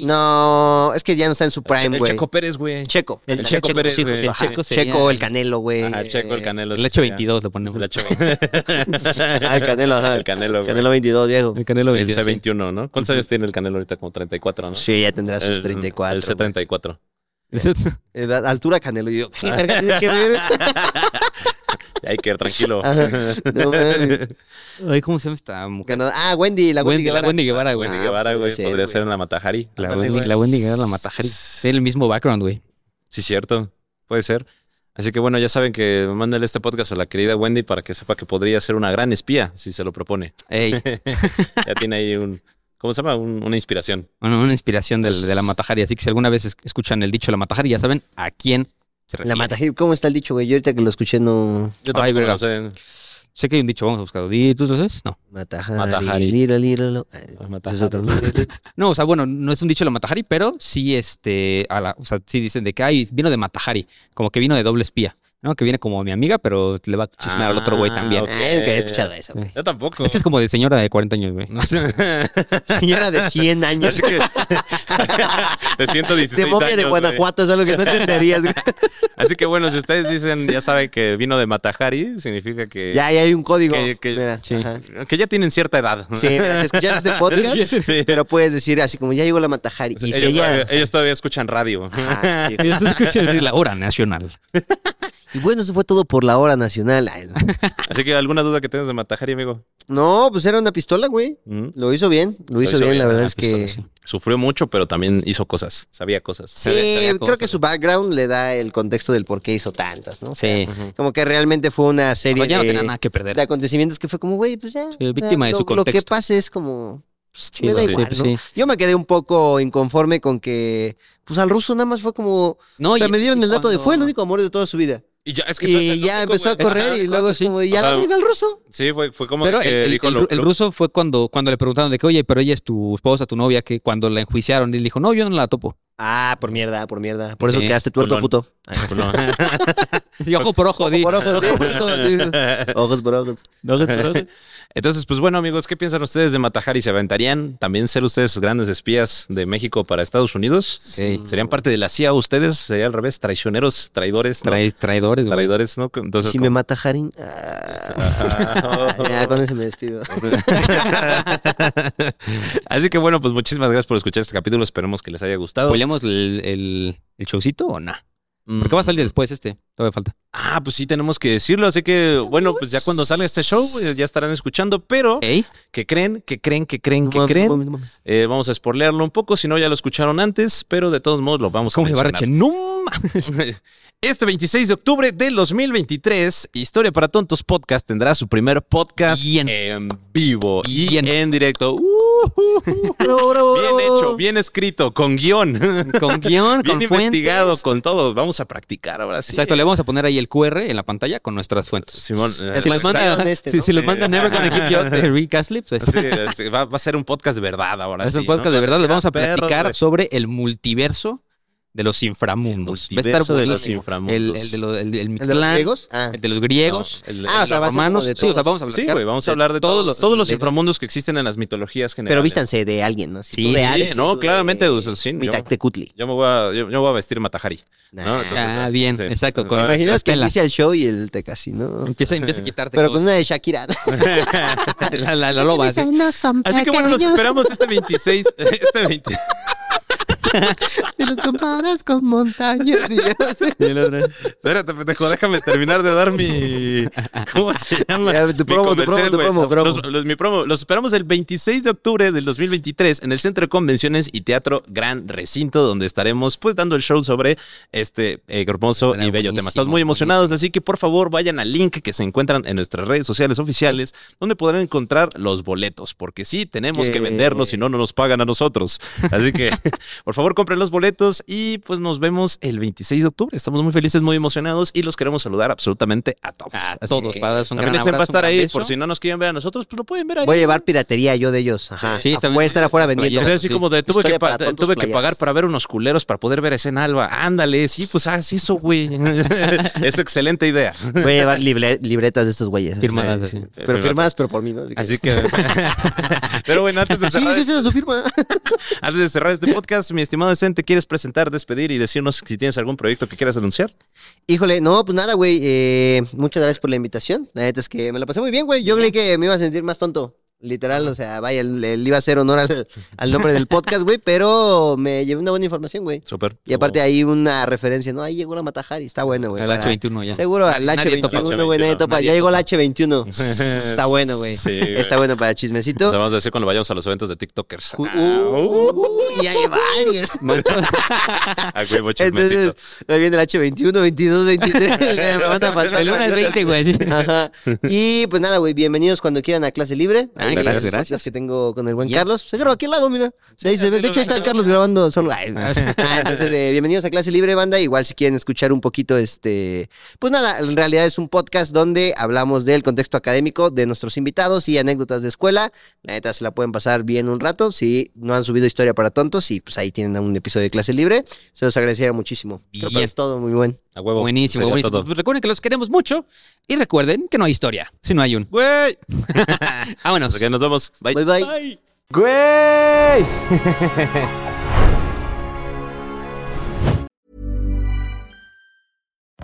Speaker 4: No, es que ya no está en su prime,
Speaker 3: el
Speaker 4: güey.
Speaker 3: Checo Pérez, güey.
Speaker 4: Checo.
Speaker 3: El Checo Pérez,
Speaker 2: sí,
Speaker 3: güey.
Speaker 2: justo,
Speaker 4: Ajá.
Speaker 2: El Checo
Speaker 4: Checo,
Speaker 2: sería-
Speaker 4: el Canelo, güey.
Speaker 3: Ajá, Ah, el Checo, el
Speaker 4: Eh,
Speaker 3: Canelo.
Speaker 2: El hecho 22 le ponemos.
Speaker 3: El
Speaker 2: El,
Speaker 3: H22.
Speaker 4: Ah, el Canelo, ajá.
Speaker 3: El Canelo, güey.
Speaker 4: Canelo 22, viejo.
Speaker 2: Canelo
Speaker 3: El
Speaker 2: 22.
Speaker 3: C21, ¿no? ¿Cuántos años tiene el Canelo ahorita? Como 34, ¿no?
Speaker 4: Sí, ya tendrá sus
Speaker 3: El-
Speaker 4: 34.
Speaker 3: El C34.
Speaker 2: Ese-
Speaker 4: güey. Edad- altura Canelo. Y yo, ¿qué verga tiene que ver?
Speaker 3: Hay que tranquilo.
Speaker 4: Ajá. No, mames.
Speaker 2: Ay, ¿cómo se llama esta mujer?
Speaker 4: Ganado- Ah, Wendy, la
Speaker 2: Wendy,
Speaker 4: Wendy
Speaker 2: la
Speaker 4: Guevara.
Speaker 2: Wendy Guevara, güey.
Speaker 3: Wendy
Speaker 4: Ah,
Speaker 3: Guevara,
Speaker 4: puede
Speaker 3: güey.
Speaker 4: ser,
Speaker 3: Podría
Speaker 4: güey.
Speaker 3: ser en la Matajari.
Speaker 2: La
Speaker 4: ándale,
Speaker 2: Wendy,
Speaker 4: güey.
Speaker 2: la Wendy Guevara, la Matajari. Tiene el mismo background, güey.
Speaker 3: Sí, cierto. Puede ser. Así que bueno, ya saben que mándenle este podcast a la querida Wendy para que sepa que podría ser una gran espía si se lo propone.
Speaker 2: Ey,
Speaker 3: Ya tiene ahí un, ¿cómo se llama? Un- una inspiración.
Speaker 2: bueno, una inspiración del- de, la Matajari. Así que si alguna vez es- escuchan el dicho de la Matajari, ya saben a quién se refiere.
Speaker 4: La mata. ¿Cómo está el dicho, güey? Yo ahorita que lo escuché no.
Speaker 3: Yo
Speaker 2: Ay,
Speaker 3: tampoco
Speaker 2: verga.
Speaker 3: lo sé.
Speaker 2: Sé que hay un dicho, vamos a buscarlo. Di, ¿Tú lo sabes? No.
Speaker 4: Matajari.
Speaker 3: Matajari.
Speaker 4: Lira, lira, lo- eh, ese
Speaker 3: Matajari.
Speaker 4: es otro.
Speaker 2: No, o sea, bueno, no es un dicho de la Matajari, pero sí, este, a la- o sea, sí dicen de que ay, vino de Matajari, como que vino de doble espía, ¿no? Que viene como mi amiga, pero le va a chismear al otro güey
Speaker 3: Ah,
Speaker 2: también.
Speaker 3: ok.
Speaker 4: Ah, yo nunca he escuchado eso, güey.
Speaker 3: Yo tampoco.
Speaker 2: Este es como de señora de 40 años, güey.
Speaker 4: Señora de 100 años.
Speaker 3: Así que de 116
Speaker 4: De momia
Speaker 3: años,
Speaker 4: de
Speaker 3: güey.
Speaker 4: Guanajuato, es algo que no entenderías, güey.
Speaker 3: Así que bueno, si ustedes dicen, ya saben que vino de Matajari, significa que,
Speaker 4: Ya, ya hay un código.
Speaker 3: Que- que-
Speaker 4: Mira,
Speaker 2: sí.
Speaker 4: ajá.
Speaker 3: que ya tienen cierta edad.
Speaker 4: Sí, mira, si escuchas este podcast,
Speaker 3: Sí.
Speaker 4: pero puedes decir así como ya llegó la Matajari. Y si
Speaker 3: ellos, todavía,
Speaker 4: ella.
Speaker 3: ellos todavía escuchan radio.
Speaker 4: Ajá, sí.
Speaker 2: Esa es cuestión de la hora nacional.
Speaker 4: Y bueno, eso fue todo por la hora nacional. Ay, no.
Speaker 3: Así que alguna duda que tengas de Matajari, amigo.
Speaker 4: No, pues era una pistola, güey.
Speaker 3: Mm.
Speaker 4: Lo hizo bien, lo, hizo,
Speaker 3: hizo
Speaker 4: bien,
Speaker 3: bien,
Speaker 4: la verdad
Speaker 3: la
Speaker 4: es que.
Speaker 2: pistola,
Speaker 3: ah, pues, Sufrió mucho, pero también hizo cosas. Sabía cosas.
Speaker 4: Sí,
Speaker 2: Sabía- sabía
Speaker 4: creo que
Speaker 2: cosas.
Speaker 4: su background le da el contexto del por qué hizo tantas, ¿no? O sea,
Speaker 2: Sí.
Speaker 4: Como que realmente fue una serie
Speaker 2: Pero ya no
Speaker 4: de,
Speaker 2: tenía nada que
Speaker 4: Eh, de
Speaker 2: perder.
Speaker 4: acontecimientos que fue como, güey, pues ya. o sea,
Speaker 2: víctima de
Speaker 4: lo,
Speaker 2: su
Speaker 4: Lo que
Speaker 2: contexto.
Speaker 4: pase es como. pues,
Speaker 2: Sí,
Speaker 4: me da
Speaker 2: sí,
Speaker 4: igual,
Speaker 2: pues,
Speaker 4: ¿no?
Speaker 2: sí.
Speaker 4: Yo me quedé un poco inconforme con que. Pues al ruso nada más fue como.
Speaker 2: No,
Speaker 4: o sea,
Speaker 2: y-
Speaker 4: me dieron
Speaker 2: y
Speaker 4: el dato de
Speaker 2: cuando-
Speaker 4: fue el único amor de toda su vida.
Speaker 3: Y ya, es que
Speaker 4: Y ya empezó a correr y luego es
Speaker 2: sí.
Speaker 4: como, ¿y a
Speaker 3: O sea,
Speaker 4: la verga el ruso?
Speaker 3: Sí, fue, fue como
Speaker 2: Pero el,
Speaker 3: que
Speaker 2: el-
Speaker 3: dijo
Speaker 2: el-
Speaker 3: lo-
Speaker 2: el
Speaker 3: lo-
Speaker 2: ruso fue cuando, cuando le preguntaron de que, oye, pero ella es tu esposa, tu novia, que cuando la enjuiciaron, él dijo, no, yo no la topo.
Speaker 4: Ah, por mierda, por mierda. Por eso
Speaker 2: Sí,
Speaker 4: quedaste tuerto,
Speaker 3: culón.
Speaker 4: puto. Ay,
Speaker 2: Y ojo por ojo, di.
Speaker 4: Por ojos, sí, justo, sí. ojos por ojos.
Speaker 3: Entonces, pues bueno, amigos, ¿qué piensan ustedes de Matajari? ¿Se aventarían también ser ustedes grandes espías de México para Estados Unidos?
Speaker 2: Sí.
Speaker 3: ¿Serían parte de la CIA ustedes? ¿Sería al revés? ¿Traicioneros? ¿Traidores? ¿no?
Speaker 2: Trai- traidores, güey.
Speaker 3: ¿Traidores? ¿no?
Speaker 4: ¿Y
Speaker 3: Entonces,
Speaker 4: si me mata Harin? Ah, ya, con eso me despido.
Speaker 3: Así que bueno, pues muchísimas gracias por escuchar este capítulo. Esperemos que les haya gustado.
Speaker 2: ¿Spoileamos el, el, el showcito o no?
Speaker 3: Mm.
Speaker 2: Porque va a salir después este. Todavía falta.
Speaker 3: Ah, pues sí, tenemos que decirlo. Así que bueno, pues ya cuando salga este show, eh, ya estarán escuchando. Pero,
Speaker 2: ¿Ey?
Speaker 3: ¿qué creen? ¿Qué creen? ¿Qué creen?
Speaker 4: No
Speaker 3: ¿Qué
Speaker 4: mames, no
Speaker 3: creen?
Speaker 4: mames, no mames.
Speaker 3: Eh, vamos a spoilearlo un poco, si no ya lo escucharon antes, pero de todos modos lo vamos
Speaker 2: ¿Cómo
Speaker 3: a
Speaker 2: se va
Speaker 3: mencionar.
Speaker 2: Reche? ¡No!
Speaker 3: Este 26 de octubre del 2023, Historia para Tontos Podcast tendrá su primer podcast
Speaker 2: Y en-
Speaker 3: en, vivo y en,
Speaker 2: Bien.
Speaker 3: directo. ¡Ujujuju!
Speaker 4: Bravo, bravo,
Speaker 3: bien
Speaker 4: bravo.
Speaker 3: hecho, bien escrito, con guión,
Speaker 2: Con guión,
Speaker 3: bien
Speaker 2: con
Speaker 3: investigado,
Speaker 2: fuentes.
Speaker 3: con todo. Vamos a practicar ahora sí.
Speaker 2: Exacto, le vamos a poner ahí el QR en la pantalla con nuestras fuentes.
Speaker 3: Simón, eh,
Speaker 2: Si los
Speaker 4: exacto.
Speaker 2: manda,
Speaker 4: Este,
Speaker 2: si,
Speaker 4: ¿no?
Speaker 2: si los manda Never Gonna Give You Up de Rick Astley, pues,
Speaker 3: Sí, sí, va, va a ser un podcast de verdad ahora.
Speaker 2: es un
Speaker 3: sí,
Speaker 2: podcast
Speaker 3: ¿no? pues,
Speaker 2: de verdad. Les vamos a
Speaker 3: Perros,
Speaker 2: platicar
Speaker 3: güey.
Speaker 2: sobre el multiverso de los inframundos.
Speaker 3: El
Speaker 2: Va a estar
Speaker 3: multiverso de los
Speaker 2: buenísimo.
Speaker 3: inframundos.
Speaker 2: El, el de los, el, el
Speaker 4: ¿El de los
Speaker 2: Mictlán,
Speaker 4: griegos? Ah.
Speaker 2: el de los griegos,
Speaker 3: No, el-
Speaker 4: Ah, o sea, va a ser como
Speaker 2: romanos.
Speaker 4: de
Speaker 2: sí, o sea,
Speaker 4: todos.
Speaker 2: vamos a hablar,
Speaker 3: Sí, güey, vamos a hablar de todos, los, todos los inframundos que existen en las mitologías generales.
Speaker 4: Pero vístanse de alguien, ¿no?
Speaker 2: Sí,
Speaker 4: Si tú
Speaker 2: sí,
Speaker 4: de
Speaker 3: Sí,
Speaker 4: Hades,
Speaker 3: no,
Speaker 4: tú
Speaker 3: claramente,
Speaker 4: de-
Speaker 3: pues, sí,
Speaker 4: Mi
Speaker 3: yo,
Speaker 4: Tactecutli.
Speaker 3: yo me voy a, yo, yo voy a vestir Matajari. ¿no?
Speaker 4: Nah.
Speaker 3: Entonces,
Speaker 2: Ah, bien,
Speaker 3: sí.
Speaker 2: exacto. Con
Speaker 3: Ah,
Speaker 2: las
Speaker 4: Imaginas que
Speaker 2: telas.
Speaker 4: inicia el show y el Tecasi, ¿no?
Speaker 2: Empieza, empieza a quitarte
Speaker 4: Pero
Speaker 3: pues,
Speaker 2: cosas.
Speaker 4: con una de Shakira.
Speaker 2: la, la- la loba. así.
Speaker 3: Así que bueno, los esperamos este 26, este 20.
Speaker 4: Si los comparas con montañas. Y ya,
Speaker 3: Espérate, pendejo, déjame terminar de dar mi. ¿Cómo se llama?
Speaker 4: Ya, tu
Speaker 3: Mi
Speaker 4: promo, tu
Speaker 3: comercial,
Speaker 4: promo, tu
Speaker 3: güey.
Speaker 4: promo, promo.
Speaker 3: Los, los- mi promo. Los esperamos el 26 de octubre del 2023 en el Centro de Convenciones y Teatro Gran Recinto, donde estaremos pues dando el show sobre este hermoso
Speaker 2: Estará
Speaker 3: y bello tema.
Speaker 2: buenísimo,
Speaker 3: Estamos muy emocionados, así que por favor vayan al link que se encuentran en nuestras redes sociales oficiales, donde podrán encontrar los boletos, porque sí, tenemos que
Speaker 2: Eh,
Speaker 4: Yeah.
Speaker 3: venderlos, si no, no nos pagan a nosotros. Así que por favor, compren los boletos y pues nos vemos el 26 de octubre. Estamos muy felices, muy emocionados y los queremos saludar absolutamente a todos.
Speaker 2: A
Speaker 3: Así
Speaker 2: todos,
Speaker 3: que
Speaker 2: para darles un
Speaker 3: también
Speaker 2: gran
Speaker 3: les va a
Speaker 2: abrazo,
Speaker 3: estar
Speaker 2: un gran
Speaker 3: ahí,
Speaker 2: beso.
Speaker 3: por si no nos quieren ver a nosotros, pues lo pueden ver ahí.
Speaker 4: Voy a llevar piratería yo de ellos. Ajá.
Speaker 2: Sí,
Speaker 4: Ah,
Speaker 2: también-
Speaker 4: voy a estar afuera
Speaker 3: Y
Speaker 4: vendiendo.
Speaker 3: es así
Speaker 2: Sí.
Speaker 3: como de, tuve,
Speaker 4: Historia
Speaker 3: que, pa-
Speaker 4: para tontos
Speaker 3: tuve que
Speaker 4: playeras.
Speaker 3: pagar para ver unos culeros para poder ver a en Alba. Ándale, sí, pues haz eso, güey. es excelente idea.
Speaker 4: Voy a llevar libre- libretas de estos güeyes.
Speaker 2: Firmadas
Speaker 4: Sí,
Speaker 2: así.
Speaker 4: sí. Pero firmadas, pero por mí, ¿no?
Speaker 3: Así que... Pero bueno, antes de
Speaker 4: Sí,
Speaker 3: cerrar...
Speaker 4: sí, sí, es su firma.
Speaker 3: Antes de cerrar este podcast, mi estimado Decente, ¿quieres presentar, despedir y decirnos si tienes algún proyecto que quieras anunciar?
Speaker 4: Híjole, no, pues nada, güey. eh, muchas gracias por la invitación. La neta es que me la pasé muy bien, güey. Yo creí que me iba a sentir más tonto. Literal, o sea, vaya, le, le iba a hacer honor al, al nombre del podcast, güey, pero me llevé una buena información, güey.
Speaker 3: Súper.
Speaker 4: Y aparte hay una referencia, ¿no? Ahí llegó la Matajari, está bueno, güey.
Speaker 2: Al
Speaker 4: para-
Speaker 2: H21 ya.
Speaker 4: Seguro al
Speaker 2: Nadie topa.
Speaker 4: H21, güey, nadie topa.
Speaker 2: Nadie
Speaker 4: Ya llegó el
Speaker 2: topa.
Speaker 4: H21. Está bueno, güey.
Speaker 3: Sí, güey.
Speaker 4: Está bueno para
Speaker 3: Nos
Speaker 4: chismecito.
Speaker 3: vamos a decir cuando vayamos a los eventos de TikTokers.
Speaker 4: Ju- uh, uh, ya hay varios.
Speaker 3: A huevo, chismecito.
Speaker 4: Entonces, ahí viene el H21, 22, 23. me van a faltar.
Speaker 2: El 1 al 20, güey.
Speaker 4: Ajá. Y pues nada, güey, bienvenidos cuando quieran a clase libre.
Speaker 2: Ah,
Speaker 4: Ahí
Speaker 2: gracias,
Speaker 4: las-
Speaker 2: gracias.
Speaker 4: las que tengo con el buen Carlos. Se graba aquí al lado, mira. De, ahí se ve. De hecho, ahí está Carlos grabando solo. Ay, no. Ah, entonces, de bienvenidos a clase libre, banda. Igual si quieren escuchar un poquito, este. Pues nada, en realidad es un podcast donde hablamos del contexto académico de nuestros invitados y anécdotas de escuela. La neta se la pueden pasar bien un rato. Si no han subido historia para tontos, y pues ahí tienen un episodio de clase libre. Se los agradecería muchísimo. Creo que
Speaker 2: Bien.
Speaker 4: es todo muy buen.
Speaker 3: A huevo.
Speaker 2: Buenísimo,
Speaker 3: Sería
Speaker 2: buenísimo.
Speaker 3: todo.
Speaker 2: Pues Recuerden que los queremos mucho y recuerden que no hay historia, si no hay un.
Speaker 3: Güey.
Speaker 2: Vámonos.
Speaker 3: Así que nos vemos. Bye.
Speaker 4: Bye bye.
Speaker 8: Güey.